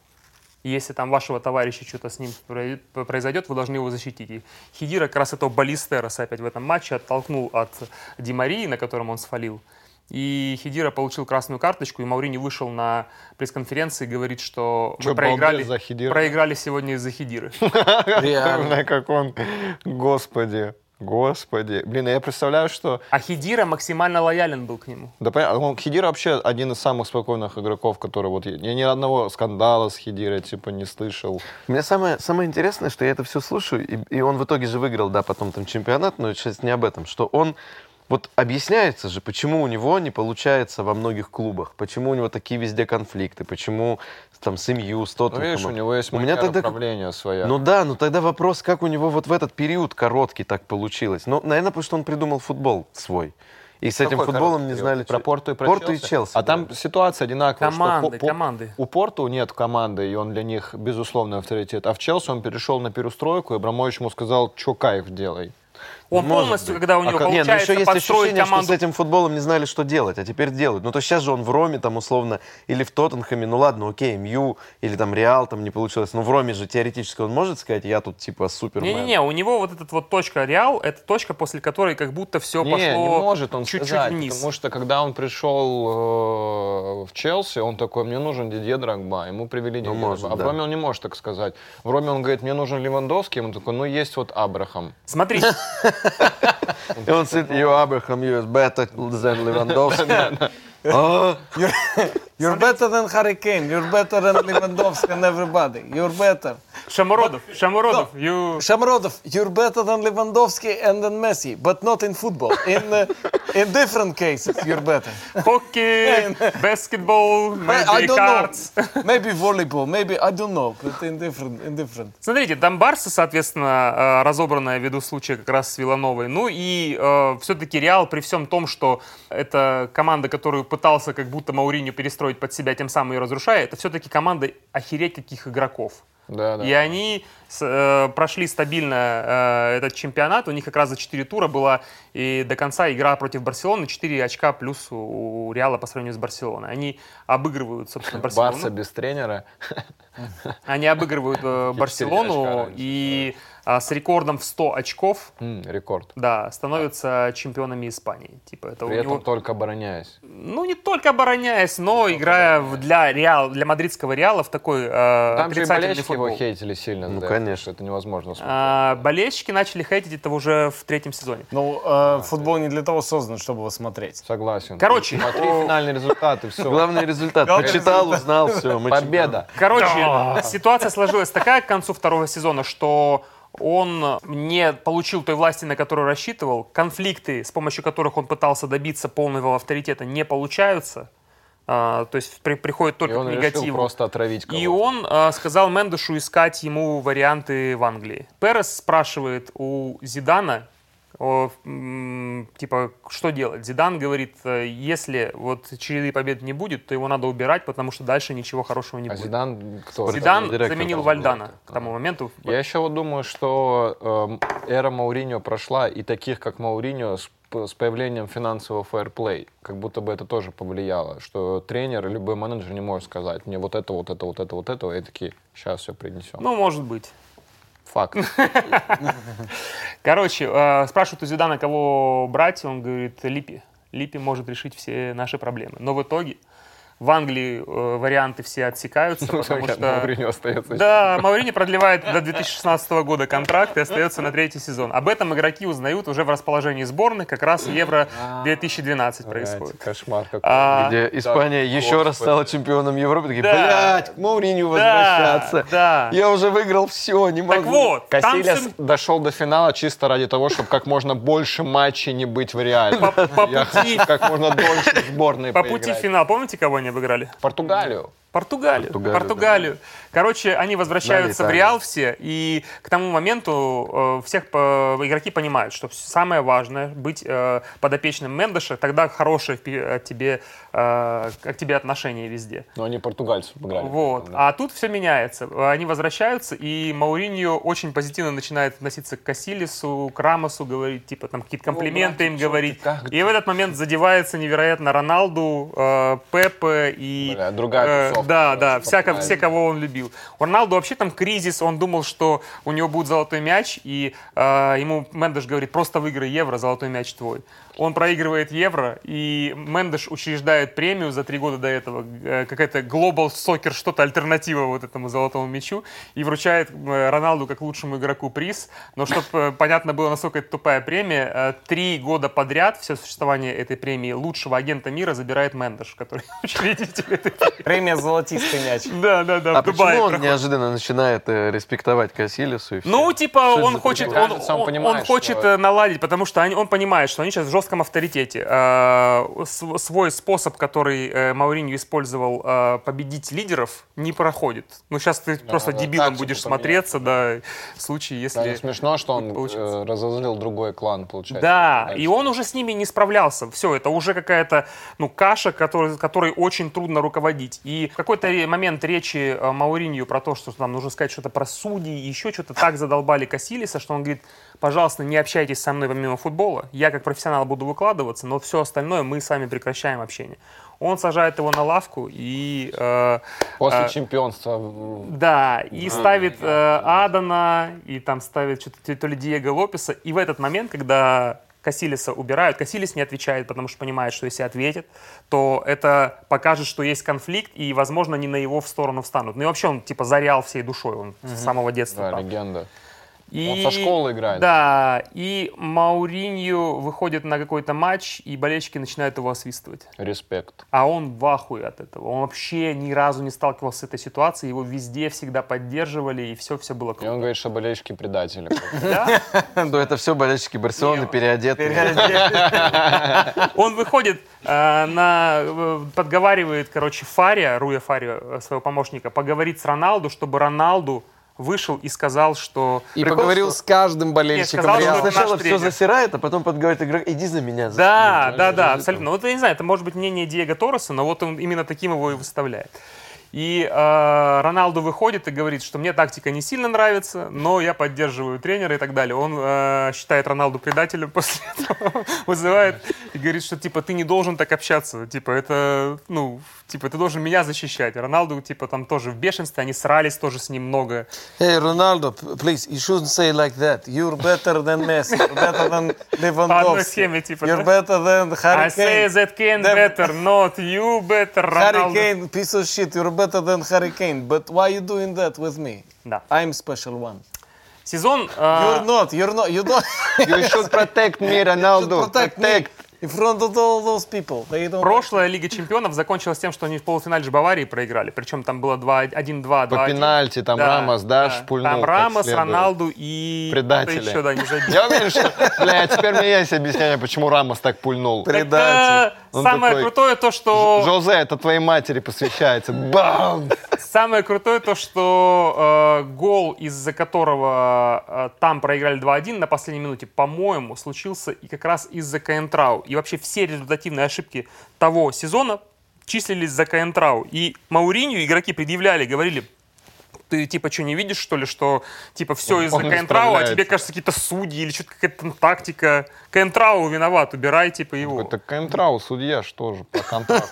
Speaker 3: и если там вашего товарища что-то с ним прой- произойдет, вы должны его защитить. И Хидира как раз этого Баллистероса опять в этом матче оттолкнул от Димарии, на котором он свалил. И Хидира получил красную карточку, и Маурини вышел на пресс-конференции и говорит, что
Speaker 6: Чё,
Speaker 3: мы проиграли,
Speaker 6: балбес за Хидира?
Speaker 3: проиграли сегодня из-за Хидиры.
Speaker 4: Реально.
Speaker 6: Представляю, как он... Господи, господи. Блин, я представляю, что...
Speaker 3: А Хидира максимально лоялен был к нему.
Speaker 6: Да понятно, а он Хидир вообще один из самых спокойных игроков, который вот... Я ни одного скандала с Хидирой, типа, не слышал.
Speaker 5: У меня самое, самое интересное, что я это все слушаю, и, и он в итоге же выиграл, да, потом там чемпионат, но сейчас не об этом, что он вот объясняется же, почему у него не получается во многих клубах, почему у него такие везде конфликты, почему там с МЮ, с
Speaker 6: Ну,
Speaker 5: Тоттенхэмом.
Speaker 6: видишь, у него есть
Speaker 5: У меня
Speaker 6: манера
Speaker 5: тогда как-
Speaker 6: управления своя.
Speaker 5: Ну да, но тогда вопрос, как у него вот в этот период короткий так получилось. Ну, наверное, потому что он придумал футбол свой. И с этим
Speaker 6: Какой
Speaker 5: футболом
Speaker 6: короткий
Speaker 5: не
Speaker 6: период?
Speaker 5: знали...
Speaker 6: Про
Speaker 5: чё-
Speaker 6: Порту и про
Speaker 5: Порту и Челси.
Speaker 6: А
Speaker 5: да.
Speaker 6: там ситуация одинаковая. что
Speaker 3: Команды,
Speaker 6: По- По-
Speaker 3: команды.
Speaker 6: У Порту нет команды, и он для них безусловный авторитет. А в Челси он перешел на перестройку, и Абрамович ему сказал, что кайф делай.
Speaker 3: Он
Speaker 5: Может
Speaker 3: полностью,
Speaker 5: быть.
Speaker 3: когда у него
Speaker 5: А как- Не, ну
Speaker 3: получается
Speaker 5: еще есть
Speaker 3: подстроить
Speaker 5: ощущение,
Speaker 3: команду
Speaker 5: что с этим футболом не знали, что делать, а теперь делают. Ну, то сейчас же он в Роме, там, условно, или в Тоттенхэме, ну, ладно, окей, Мью, или там Реал, там, не получилось. Ну, в Роме же теоретически он может сказать, я тут, типа, супермен.
Speaker 3: Не-не-не, у него вот этот вот точка Реал, это точка, после которой как будто все
Speaker 6: Ну, не,
Speaker 3: пошло
Speaker 6: не может он
Speaker 3: чуть-чуть
Speaker 6: сказать,
Speaker 3: вниз.
Speaker 6: потому что когда он пришел э, в Челси, он такой, мне нужен Дидье Драгба, ему привели Дидье
Speaker 5: Ну, может,
Speaker 6: Дрогба. А
Speaker 5: да.
Speaker 6: в Роме он не может так сказать. В Роме он говорит, мне нужен Левандовский, ему такой, ну есть вот
Speaker 3: Ну,
Speaker 6: Абрахам.
Speaker 3: Смотри,
Speaker 5: И он сидит, you Abraham, you is better than Lewandowski». А,
Speaker 4: You're better than Hurricane, you're better than Lewandowski and everybody. You're better.
Speaker 3: Шамуродов, Шамуродов, you-
Speaker 4: Шамродов, you're better than Lewandowski and than Messi, but not in football. In, uh, in different cases, you're better.
Speaker 3: Hockey, basketball,
Speaker 4: I
Speaker 3: magic
Speaker 4: don't
Speaker 3: cards.
Speaker 4: know. Maybe volleyball, maybe I don't know, but in different, in different.
Speaker 3: Смотрите, там Барса, соответственно, э, разобранная ввиду случая как раз с Вилановой. Ну и все-таки Реал при всем том, что это команда, которую пытался как будто Мауриню перестроить под себя, тем самым ее разрушая, это все-таки команда охереть каких игроков.
Speaker 6: Да, да.
Speaker 3: И они с- э, прошли стабильно э, этот чемпионат. У них как раз за 4 тура была и до конца игра против Барселоны. 4 очка плюс у, у Реала по сравнению с Барселоной. Они обыгрывают, собственно, Барселону.
Speaker 6: Барса без тренера.
Speaker 3: Они обыгрывают э,
Speaker 6: очка
Speaker 3: Барселону
Speaker 6: раньше,
Speaker 3: и а, с рекордом в 100 очков
Speaker 6: М, рекорд.
Speaker 3: да, становятся чемпионами Испании. Типа, это у
Speaker 6: При этом
Speaker 3: него,
Speaker 6: только обороняясь.
Speaker 3: ну, не только обороняясь,
Speaker 6: Ну,
Speaker 3: но играя в- для, Реал, для мадридского Реала в такой э,
Speaker 6: Там же и
Speaker 3: отрицательный
Speaker 6: болельщики
Speaker 3: футбол.
Speaker 6: его хейтили сильно.
Speaker 5: Ну,
Speaker 6: за это,
Speaker 5: конечно.
Speaker 6: что Это невозможно. смотреть.
Speaker 3: А, болельщики начали хейтить это уже в третьем сезоне.
Speaker 4: Ну, э, футбол не для того создан, чтобы его смотреть.
Speaker 6: Согласен.
Speaker 3: Короче,
Speaker 6: Смотри финальный результат и все.
Speaker 5: Главный результат. Почитал, узнал, все.
Speaker 6: Победа.
Speaker 3: Короче, ситуация сложилась такая к концу второго сезона, что он не получил той власти, на которую рассчитывал. Конфликты, с помощью которых он пытался добиться полного авторитета, не получаются. А, то есть при- приходит
Speaker 6: И
Speaker 3: только
Speaker 6: он
Speaker 3: к
Speaker 6: решил
Speaker 3: негативу.
Speaker 6: просто отравить кого-то.
Speaker 3: И он а, сказал Мендешу искать ему варианты в Англии. Перес спрашивает у Зидана, о, м, типа, что делать? Зидан говорит, э, если вот череды побед не будет, то его надо убирать, потому что дальше ничего хорошего не
Speaker 6: А
Speaker 3: будет.
Speaker 6: Зидан кто?
Speaker 3: Зидан
Speaker 5: директор
Speaker 3: заменил
Speaker 5: должен
Speaker 3: Вальдана к тому моменту.
Speaker 6: Я еще вот думаю, что эм, эра Мауриньо прошла, и таких, как Мауриньо, с, п- с появлением финансового фэрплей, как будто бы это тоже повлияло, что тренер, любой менеджер не может сказать, мне вот это, вот это, вот это, вот это, и такие, сейчас все принесем.
Speaker 3: Ну, может быть.
Speaker 6: Факт.
Speaker 3: Короче, э, спрашивают у Зидана, кого брать, он говорит, Липи. Липи может решить все наши проблемы. Но в итоге В Англии э, варианты все отсекаются, потому
Speaker 5: Ну, Понятно,
Speaker 3: что...
Speaker 5: Мауриньо остается.
Speaker 3: Да, Маурини продлевает до 2016 года контракт и остается на третий сезон. Об этом игроки узнают уже в расположении сборной, как раз Евро 2012 происходит.
Speaker 5: А, Блядь, Кошмар какой.
Speaker 3: А,
Speaker 5: Где Испания еще раз стала чемпионом Европы. Такие,
Speaker 3: Да.
Speaker 5: блядь, к Мауриню возвращаться.
Speaker 3: да.
Speaker 5: Я уже выиграл все, не могу.
Speaker 3: Так вот, там
Speaker 6: Касилес
Speaker 3: всем-
Speaker 6: дошел до финала чисто ради того, чтобы как можно больше матчей не быть в реале.
Speaker 3: По- по
Speaker 6: Я
Speaker 3: пути-
Speaker 6: хочу как можно дольше в сборной
Speaker 3: по пути в
Speaker 6: поиграть.
Speaker 3: финал, помните, кого они обыграли?
Speaker 6: Португалию.
Speaker 3: Португалию. Португалию.
Speaker 5: Португалию,
Speaker 3: Короче, они возвращаются
Speaker 5: Да,
Speaker 3: в
Speaker 5: Италия.
Speaker 3: Реал все, и к тому моменту э, всех по- игроки понимают, что самое важное быть э, подопечным Мендеша, тогда хорошее к тебе, э, к тебе отношение везде.
Speaker 6: Но они португальцев обыграли.
Speaker 3: Вот. А тут все меняется. Они возвращаются, и Мауриньо очень позитивно начинает относиться к Касилису, к Рамосу, говорить, типа, там, какие-то комплименты им говорить. И в этот момент задевается невероятно Роналду, э, Пепе и...
Speaker 6: Бля, другая
Speaker 3: э,
Speaker 6: тусовка,
Speaker 3: Да,
Speaker 6: короче,
Speaker 3: да, всяко,
Speaker 6: португальцы.
Speaker 3: все, кого он любил. У Роналду вообще там кризис, он думал, что у него будет золотой мяч, и э, ему Мендеш говорит, просто выиграй евро, золотой мяч твой. Он проигрывает евро, и Мендеш учреждает премию за три года до этого, э, какая-то Global Soccer, что-то альтернатива вот этому золотому мячу, и вручает э, Роналду как лучшему игроку приз. Но чтобы понятно было, насколько это тупая премия, э, три года подряд все существование этой премии лучшего агента мира забирает Мендеш, который учредитель этой премии.
Speaker 4: Премия «Золотистый мяч».
Speaker 3: Да, да, да,
Speaker 5: А
Speaker 3: в Дубае
Speaker 5: почему он
Speaker 3: проходит.
Speaker 5: неожиданно начинает э, респектовать Касилису и все?
Speaker 3: Ну, типа,
Speaker 5: это
Speaker 3: он
Speaker 5: за
Speaker 3: хочет,
Speaker 5: такое?
Speaker 3: он,
Speaker 6: Кажется, он
Speaker 3: он-
Speaker 6: понимает,
Speaker 3: он хочет
Speaker 6: что-
Speaker 3: э, наладить, потому что они- он понимает, что они сейчас в жестком авторитете. Э, св- Свой способ, который э, Мауриньо использовал э, победить лидеров, не проходит. Ну, сейчас ты просто
Speaker 6: да,
Speaker 3: дебилом
Speaker 6: тактику
Speaker 3: будешь
Speaker 6: поменять,
Speaker 3: смотреться, да, в случае, если...
Speaker 6: Да, не смешно, что он
Speaker 3: Получается.
Speaker 6: э, разозлил другой клан, получается.
Speaker 3: Да,
Speaker 6: Дальше.
Speaker 3: и он уже с ними не справлялся. Все, это уже какая-то ну, каша, который, которой очень трудно руководить. И в какой-то ре- момент речи э, Мауринью про то, что нам нужно сказать что-то про судьи, и еще что-то так задолбали Касилиса, что он говорит, пожалуйста, не общайтесь со мной помимо футбола, я как профессионал буду выкладываться, но все остальное мы сами прекращаем общение. Он сажает его на лавку и... э,
Speaker 6: После
Speaker 3: э,
Speaker 6: чемпионства в-
Speaker 3: да, и ставит э, Адана, и там ставит что-то то ли Диего Лопеса. И в этот момент, когда Касилиса убирают, Касилис не отвечает, потому что понимает, что если ответит, то это покажет, что есть конфликт, и, возможно, не на его в сторону встанут. Ну и вообще он, типа, зарял всей душой, он с самого детства
Speaker 6: Да,
Speaker 3: там.
Speaker 6: легенда.
Speaker 3: И-
Speaker 6: Он со школы играет.
Speaker 3: Да, и Мауринью выходит на какой-то матч, и болельщики начинают его освистывать.
Speaker 6: Респект.
Speaker 3: А он в ахуе от этого. Он вообще ни разу не сталкивался с этой ситуацией. Его везде всегда поддерживали, и все-все было
Speaker 6: И
Speaker 3: круто.
Speaker 6: он говорит, что болельщики предатели.
Speaker 5: Да это все болельщики Барселоны переодетые.
Speaker 3: Он выходит э, на... э, Подговаривает, короче, Фария, Руя Фария, э, своего помощника, поговорить с Роналду, чтобы Роналду вышел и сказал, что...
Speaker 7: И поговорил с каждым
Speaker 3: болельщиком
Speaker 7: болельщиком
Speaker 3: сказал, Реала.
Speaker 5: Он
Speaker 3: что это
Speaker 5: сначала
Speaker 3: наш
Speaker 5: все
Speaker 3: тренер.
Speaker 5: засирает, а потом подговаривает игрок, иди за меня. за
Speaker 3: Да, да, да, абсолютно. Ну, Вот я не знаю, это может быть мнение Диего Торреса, но вот он именно таким его и выставляет. И э, Роналду выходит и говорит, что мне тактика не сильно нравится, но я поддерживаю тренера и так далее. Он э, считает Роналду предателем, после этого вызывает и говорит, что типа ты не должен так общаться, типа это ну типа ты должен меня защищать. Роналду типа там тоже в бешенстве, они срались тоже с ним много.
Speaker 4: Эй, Роналдо, please, you shouldn't say like that. You're better than Messi. You're better than
Speaker 3: По одной
Speaker 4: Lewandowski.
Speaker 3: схеме типа.
Speaker 4: You're
Speaker 3: да?
Speaker 4: better than
Speaker 3: I
Speaker 4: Harry
Speaker 3: «А say
Speaker 4: Kane.
Speaker 3: that can
Speaker 4: Да.
Speaker 3: better, not you better,
Speaker 4: Harry
Speaker 3: Роналду.
Speaker 4: Kane, piece of shit. You're better than Harry Kane. But why you doing that with me?
Speaker 3: Да.
Speaker 4: I'm special one.
Speaker 3: Сезон... э,
Speaker 4: You're not. You're not. You don't.
Speaker 7: You should protect me,
Speaker 4: should
Speaker 7: Роналду.
Speaker 4: protect me in front of all those people. They don't.
Speaker 3: Прошлая Лига Чемпионов закончилась тем, что они в полуфинале же Баварии проиграли. Причем там было 1-2, 2
Speaker 6: По пенальти, там Рамос, да, шпульнул.
Speaker 3: Там
Speaker 6: как
Speaker 3: Рамос,
Speaker 6: следует.
Speaker 3: Роналду и...
Speaker 6: Предатели.
Speaker 3: кто-то еще, да, не забил.
Speaker 6: Я уверен, что... Бля, теперь у меня есть объяснение, почему Рамос так пульнул.
Speaker 3: Так, э,
Speaker 6: Он
Speaker 3: Самое
Speaker 6: такой,
Speaker 3: крутое то, что...
Speaker 6: Жозе, это твоей матери посвящается. Бам!
Speaker 3: Самое крутое то, что э, гол, из-за которого э, там проиграли 2-1 на последней минуте, по-моему, случился и как раз из-за Каентрау. И вообще все результативные ошибки того сезона числились за Каентрау. И Мауринью игроки предъявляли, говорили, ты типа что не видишь, что ли, что типа все из-за
Speaker 6: он не
Speaker 3: Каентрау, а
Speaker 6: справляется.
Speaker 3: тебе кажется какие-то судьи или что-то какая-то там тактика. Каентрау виноват, убирай типа его.
Speaker 6: Это Кентрау, судья, что же, по контракту.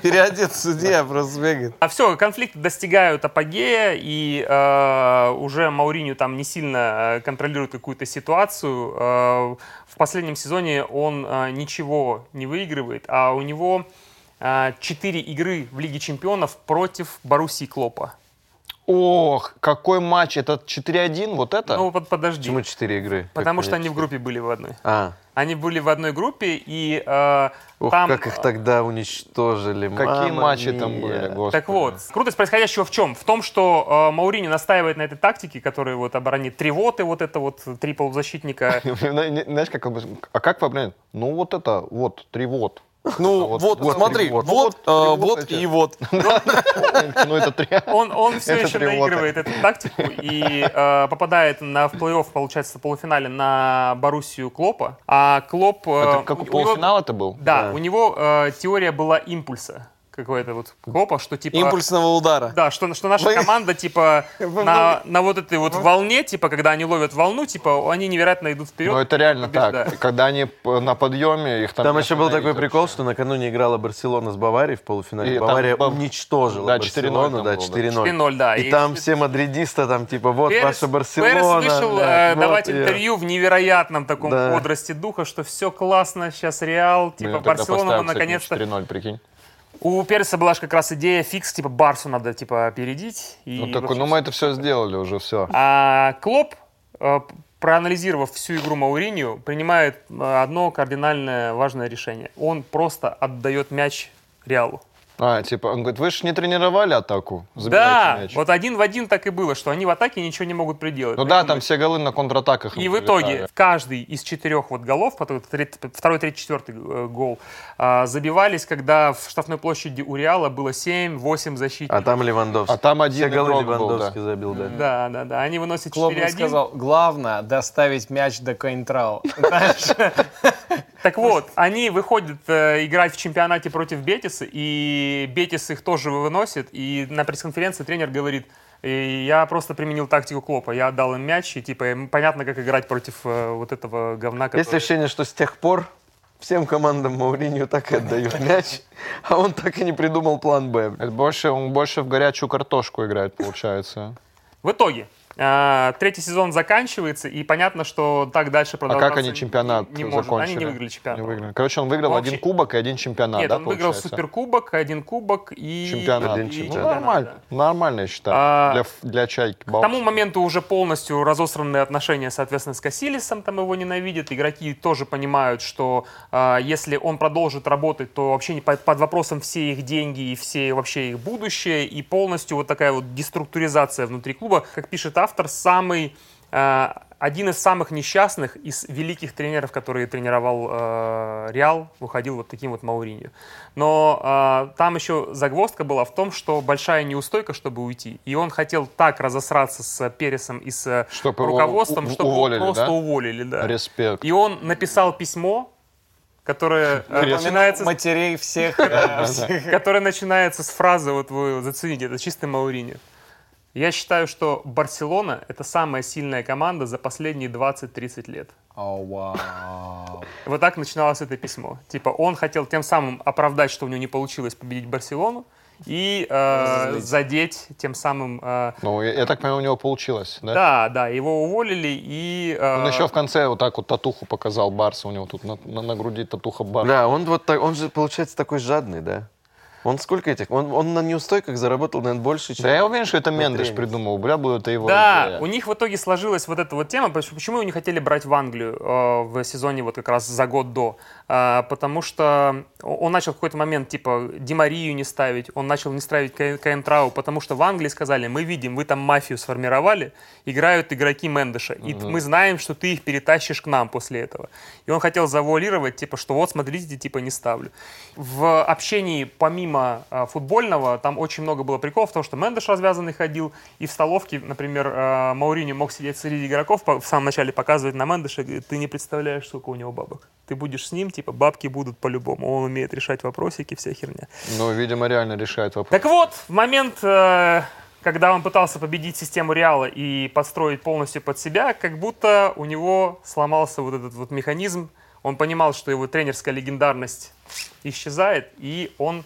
Speaker 4: Переодет судья, просто бегает.
Speaker 3: А все, конфликты достигают апогея, и э, уже Мауриню там не сильно э, контролирует какую-то ситуацию. Э, в последнем сезоне он э, ничего не выигрывает, а у него э, а, четыре игры в Лиге Чемпионов против Баруси Клопа.
Speaker 6: Ох, какой матч! Это 4-1, вот это?
Speaker 3: Ну, под- подожди.
Speaker 5: Почему четыре игры?
Speaker 3: Потому что
Speaker 5: понять?
Speaker 3: они в группе были в одной.
Speaker 5: А,
Speaker 3: Они были в одной группе, и э,
Speaker 5: ух,
Speaker 3: там...
Speaker 5: как их тогда уничтожили.
Speaker 6: Какие
Speaker 5: мама
Speaker 6: матчи там
Speaker 5: мия.
Speaker 6: были, господи.
Speaker 3: Так вот, крутость происходящего в чем? В том, что э, Маурини настаивает на этой тактике, которая вот оборонит три воты, вот это вот три полузащитника.
Speaker 6: Знаешь, как обычно, а как вы обменяли? Ну вот это, вот, три вот.
Speaker 7: Ну,
Speaker 6: А вот-
Speaker 7: вот,
Speaker 6: вот
Speaker 7: смотри,
Speaker 6: вот.
Speaker 7: вот, вот, а, вот
Speaker 6: эти.
Speaker 7: и вот.
Speaker 6: Ну это три.
Speaker 3: Он, он все
Speaker 6: Это
Speaker 3: еще
Speaker 6: три воты.
Speaker 3: доигрывает эту тактику и э, попадает на, в плей-офф, получается, в полуфинале на Боруссию Клопа. А Клоп... э,
Speaker 6: Это как
Speaker 3: у- у него-
Speaker 6: полуфинал это был?
Speaker 3: Да, у него э, теория была импульса какой-то вот Клопа, что типа...
Speaker 7: Импульсного удара.
Speaker 3: Да, что, что наша команда, типа, на, на вот этой вот волне, типа, когда они ловят волну, типа, они невероятно идут вперед.
Speaker 6: Ну это реально
Speaker 3: побеждают.
Speaker 6: так. Когда они п- на подъеме, их там...
Speaker 5: Там
Speaker 6: не
Speaker 5: еще был такой
Speaker 6: остановить
Speaker 5: прикол, что накануне играла Барселона с Баварией в
Speaker 6: И
Speaker 5: полуфинале.
Speaker 6: там
Speaker 5: Бавария
Speaker 6: Бав-
Speaker 5: уничтожила
Speaker 6: Да, 4:0
Speaker 5: Барселону,
Speaker 6: там
Speaker 5: да,
Speaker 6: было, да.
Speaker 5: 4-0.
Speaker 3: 4:0, да.
Speaker 5: И там все мадридисты там типа, вот
Speaker 3: Перес-
Speaker 5: ваша Барселона.
Speaker 3: Перес вышел
Speaker 5: блядь,
Speaker 3: э,
Speaker 5: вот
Speaker 3: давать
Speaker 5: её.
Speaker 3: интервью в невероятном таком
Speaker 5: Да.
Speaker 3: бодрости духа, что все классно, сейчас Реал,
Speaker 6: Блин,
Speaker 3: типа,
Speaker 6: Ну, тогда
Speaker 3: Барселона
Speaker 6: поставил, кстати,
Speaker 3: наконец-то...
Speaker 6: 4-0, прикинь.
Speaker 3: У Переса была же как раз идея фикс, типа, Барсу надо, типа, опередить. и
Speaker 6: Ну такой,
Speaker 3: вообще
Speaker 6: ну мы это все сделали уже, все.
Speaker 3: А Клоп, э, проанализировав всю игру Мауринью, принимает э, одно кардинальное важное решение. Он просто отдает мяч Реалу.
Speaker 6: А, типа, он говорит, вы же не тренировали атаку? Забирайте
Speaker 3: Да,
Speaker 6: мяч».
Speaker 3: вот один в один так и было, что они в атаке ничего не могут приделать.
Speaker 6: Ну да, там все голы на контратаках.
Speaker 3: И
Speaker 6: им
Speaker 3: в итоге
Speaker 6: прилетали.
Speaker 3: в каждый из четырех вот голов, потом тре- второй, третий, четвертый э, гол, а, забивались, когда в штрафной площади у Реала было 7-8 защитников.
Speaker 5: А там Левандовский.
Speaker 6: А там один
Speaker 5: Все голы
Speaker 6: игрок был,
Speaker 5: Левандовский забил, да.
Speaker 3: Да, да, да. Они выносят
Speaker 4: Клоп
Speaker 3: 4-1.
Speaker 4: сказал, главное доставить мяч до Коинтрау. Дальше
Speaker 3: Так вот, они выходят э, играть в чемпионате против Бетиса, и Бетис их тоже выносит, и на пресс-конференции тренер говорит, «И я просто применил тактику Клопа, я отдал им мяч, и типа им понятно, как играть против э, вот этого говна,
Speaker 5: Есть
Speaker 3: который-
Speaker 5: ощущение, что с тех пор всем командам Мауриньо так и отдают мяч, а он так и не придумал план Б.
Speaker 6: Это больше, он больше в горячую картошку играет, получается.
Speaker 3: В итоге, э, третий сезон заканчивается, и понятно, что так дальше
Speaker 6: А
Speaker 3: продолжаться
Speaker 6: как они чемпионат
Speaker 3: не, не может.
Speaker 6: закончили?
Speaker 3: Они не выиграли чемпионат.
Speaker 6: Не выиграли. Короче, он выиграл
Speaker 3: Вообще-
Speaker 6: один кубок и один чемпионат,
Speaker 3: Нет,
Speaker 6: да,
Speaker 3: он выиграл
Speaker 6: получается?
Speaker 3: суперкубок, один кубок и...
Speaker 6: Чемпионат.
Speaker 5: Один
Speaker 3: и
Speaker 5: чемпионат.
Speaker 6: Ну,
Speaker 3: чемпионат,
Speaker 6: нормально,
Speaker 3: да.
Speaker 6: нормально, я считаю.
Speaker 3: А,
Speaker 6: для, ф- для чайки.
Speaker 3: К тому
Speaker 6: баунс.
Speaker 3: моменту уже полностью разосранные отношения, соответственно, с Кассилисом, там его ненавидят. Игроки тоже понимают, что а, если он продолжит работать, то вообще не под, под вопросом все их деньги и все вообще их будущее. И полностью вот такая вот деструктуризация внутри клуба. Как пишет автор, самый а, один из самых несчастных из великих тренеров, которые тренировал э, Реал, выходил вот таким вот Мауринью. Но а, там еще загвоздка была в том, что большая неустойка, чтобы уйти. И он хотел так разосраться с Пересом и с э,
Speaker 6: Чтоб его
Speaker 3: руководством,
Speaker 6: у- у-
Speaker 3: чтобы его
Speaker 6: уволили,
Speaker 3: просто
Speaker 6: да?
Speaker 3: уволили. Да.
Speaker 6: Респект.
Speaker 3: И он написал письмо, которое э,
Speaker 6: Интересно.
Speaker 3: начинается с-
Speaker 4: матерей всех. э, всех.
Speaker 3: которое начинается с фразы, вот вы зацените, это чистый Мауриньо. Я считаю, что Барселона — это самая сильная команда за последние 20-30 лет.
Speaker 4: О, вау.
Speaker 3: Вот так начиналось это письмо. Типа он хотел тем самым оправдать, что у него не получилось победить Барселону и э, задеть тем самым. э,
Speaker 6: Ну, я, я так понимаю, у него получилось, да?
Speaker 3: да, да, его уволили и. э,
Speaker 6: Он еще в конце вот так вот татуху показал Барса. У него тут на, на- на груди татуха Барса.
Speaker 5: Да, он вот так, он же получается такой жадный, да? Он сколько этих? Он, он на неустойках заработал, наверное, больше, чем...
Speaker 6: Да А я уверен, что это Мендеш
Speaker 5: тренер.
Speaker 6: придумал. Бля, бы это его
Speaker 3: Да,
Speaker 6: идея.
Speaker 3: у них в итоге сложилась вот эта вот тема, поч- почему его не хотели брать в Англию э, в сезоне вот как раз за год до, Э, потому что о- он начал в какой-то момент типа Димарию не ставить, он начал не ставить Кэ- Кэйн Трау, потому что в Англии сказали, мы видим, вы там мафию сформировали, играют игроки Мендеша, и т- мы знаем, что ты их перетащишь к нам после этого. И он хотел завуалировать, типа, что вот, смотрите, типа, не ставлю. В общении, помимо э, футбольного, там очень много было приколов, потому что Мендеш развязанный ходил, и в столовке, например, э, Маурини мог сидеть среди игроков, по- в самом начале показывать на Мендеша, и говорит, ты не представляешь, сколько у него бабок. Ты будешь с ним, типа, бабки будут по-любому, он умеет решать вопросики, вся херня.
Speaker 6: Ну, видимо, реально решает вопрос.
Speaker 3: Так вот, в момент, э, когда он пытался победить систему Реала и подстроить полностью под себя, как будто у него сломался вот этот вот механизм. Он понимал, что его тренерская легендарность исчезает, и он,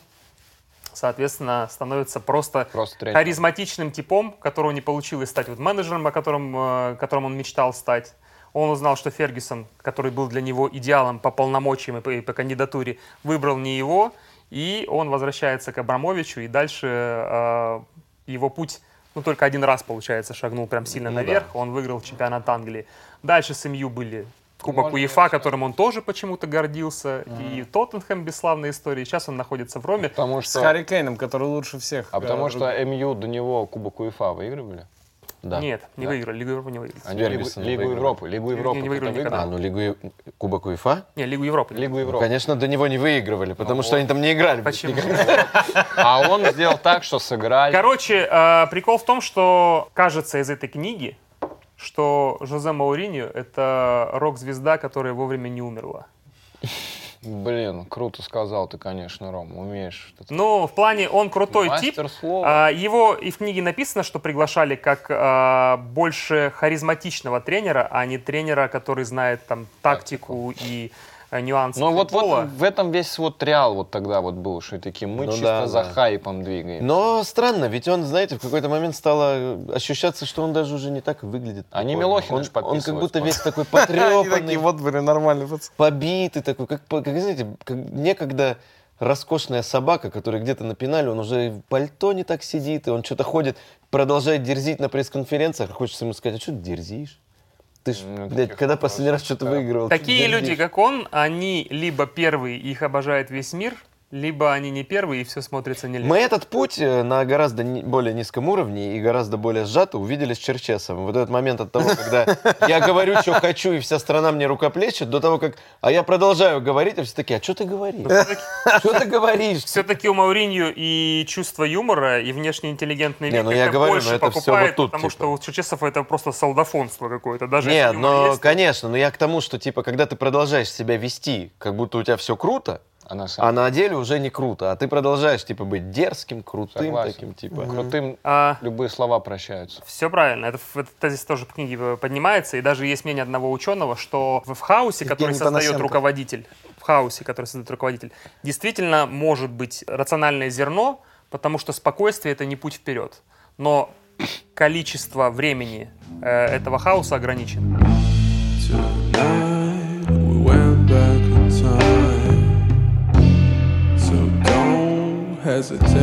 Speaker 3: соответственно, становится просто,
Speaker 6: Просто тренером.
Speaker 3: харизматичным типом, которого не получилось стать вот менеджером, о котором, э, которым он мечтал стать. Он узнал, что Фергюсон, который был для него идеалом по полномочиям и по, и по кандидатуре, выбрал не его. И он возвращается к Абрамовичу, и дальше э, его путь, ну, только один раз, получается, шагнул прям сильно наверх. Он выиграл чемпионат Англии. Дальше семью были Кубок УЕФА, которым он тоже почему-то гордился. И Тоттенхэм бесславная история. Сейчас он находится в Роме.
Speaker 6: Потому
Speaker 4: С
Speaker 6: что,
Speaker 4: Харри Кейном, который лучше всех.
Speaker 6: а потому
Speaker 4: э,
Speaker 6: что МЮ до него Кубок УЕФА выигрывали?
Speaker 5: Да.
Speaker 3: Нет, не выиграли. Лигу Европы не выиграли.
Speaker 6: Они Лигу,
Speaker 5: Фергюсона
Speaker 6: Лигу
Speaker 5: выиграли.
Speaker 6: Европы. Лигу Европы.
Speaker 3: не выиграли
Speaker 6: кто-то
Speaker 3: никогда.
Speaker 5: А, ну Лигу Е- Кубок УЕФА?
Speaker 3: Не, Лигу Европы.
Speaker 6: выиграл? Лигу
Speaker 5: Ну,
Speaker 6: Европы.
Speaker 5: конечно, до него не выигрывали, потому что они там не играли.
Speaker 3: Почему?
Speaker 6: А он сделал так, что сыграли.
Speaker 3: Короче, э, прикол в том, что кажется из этой книги, что Жозе Мауриньо — это рок-звезда, которая вовремя не умерла.
Speaker 6: Блин, круто сказал ты, конечно, Ром. Умеешь. что-то.
Speaker 3: Ну, в плане, он крутой
Speaker 6: Мастер
Speaker 3: тип.
Speaker 6: слова.
Speaker 3: А, Его и в книге написано, что приглашали как а, больше харизматичного тренера, а не тренера, который знает там тактику и а, нюансы
Speaker 6: Но Ну, вот,
Speaker 3: футбола.
Speaker 6: вот в этом весь вот реал вот тогда вот был, что такие мы
Speaker 5: Ну
Speaker 6: чисто
Speaker 5: да,
Speaker 6: за
Speaker 5: да.
Speaker 6: хайпом двигаем.
Speaker 5: Но странно, ведь он, знаете, в какой-то момент стало ощущаться, что он даже уже не так выглядит.
Speaker 6: Они
Speaker 5: прикольно.
Speaker 6: Милохина
Speaker 5: он,
Speaker 6: ж
Speaker 5: он как
Speaker 6: подписывают,
Speaker 5: будто
Speaker 6: по-моему.
Speaker 5: весь такой
Speaker 4: Они такие,
Speaker 5: потрепанный,
Speaker 4: вот, блин, нормальный пацан.
Speaker 5: побитый такой, как, по- как, знаете, как некогда роскошная собака, которая где-то на пенале, он уже и в пальто не так сидит, и он что-то ходит, продолжает дерзить на пресс-конференциях, хочется ему сказать, а что ты дерзишь? Ты ж,
Speaker 6: Ну,
Speaker 5: блядь,
Speaker 6: таких
Speaker 5: когда последний раз что-то выигрывал? Ты
Speaker 3: Такие люди,
Speaker 5: дерзишь.
Speaker 3: как он, они либо первые, их обожает весь мир, либо они не первые, и все смотрится нелепо.
Speaker 5: Мы этот путь э, на гораздо ни- более низком уровне и гораздо более сжато увидели с Черчесовым. Вот этот момент от того, когда я говорю, что хочу, и вся страна мне рукоплещет, до того, как... А я продолжаю говорить, а все таки а что ты говоришь? Что ты говоришь?
Speaker 3: Все-таки у Мауринью и чувство юмора, и внешне интеллигентный
Speaker 5: Не,
Speaker 3: вид
Speaker 5: ну
Speaker 3: как-то
Speaker 5: я говорю,
Speaker 3: больше
Speaker 5: но это всё
Speaker 3: покупает,
Speaker 5: вот тут,
Speaker 3: потому
Speaker 5: типа.
Speaker 3: что у Черчесова это просто солдафонство какое-то. Даже
Speaker 5: Нет,
Speaker 3: если юмор
Speaker 5: но,
Speaker 3: есть,
Speaker 5: конечно, но я к тому, что, типа, когда ты продолжаешь себя вести, как будто у тебя все круто,
Speaker 6: Она
Speaker 5: а на деле уже не круто, а ты продолжаешь, типа, быть дерзким, крутым
Speaker 6: Согласен.
Speaker 5: таким, типа.
Speaker 6: крутым
Speaker 3: а,
Speaker 6: любые слова прощаются.
Speaker 3: Все правильно. Это, ф- этот тезис тоже в книге э, поднимается. И даже есть мнение одного ученого, что в в хаосе, который
Speaker 4: Евгений
Speaker 3: создает
Speaker 4: Панасенко.
Speaker 3: руководитель, в хаосе, который создает руководитель, действительно может быть рациональное зерно, потому что спокойствие — это не путь вперед. Но количество времени э, этого хаоса ограничено.
Speaker 2: Tonight we went back in time. So don't hesitate.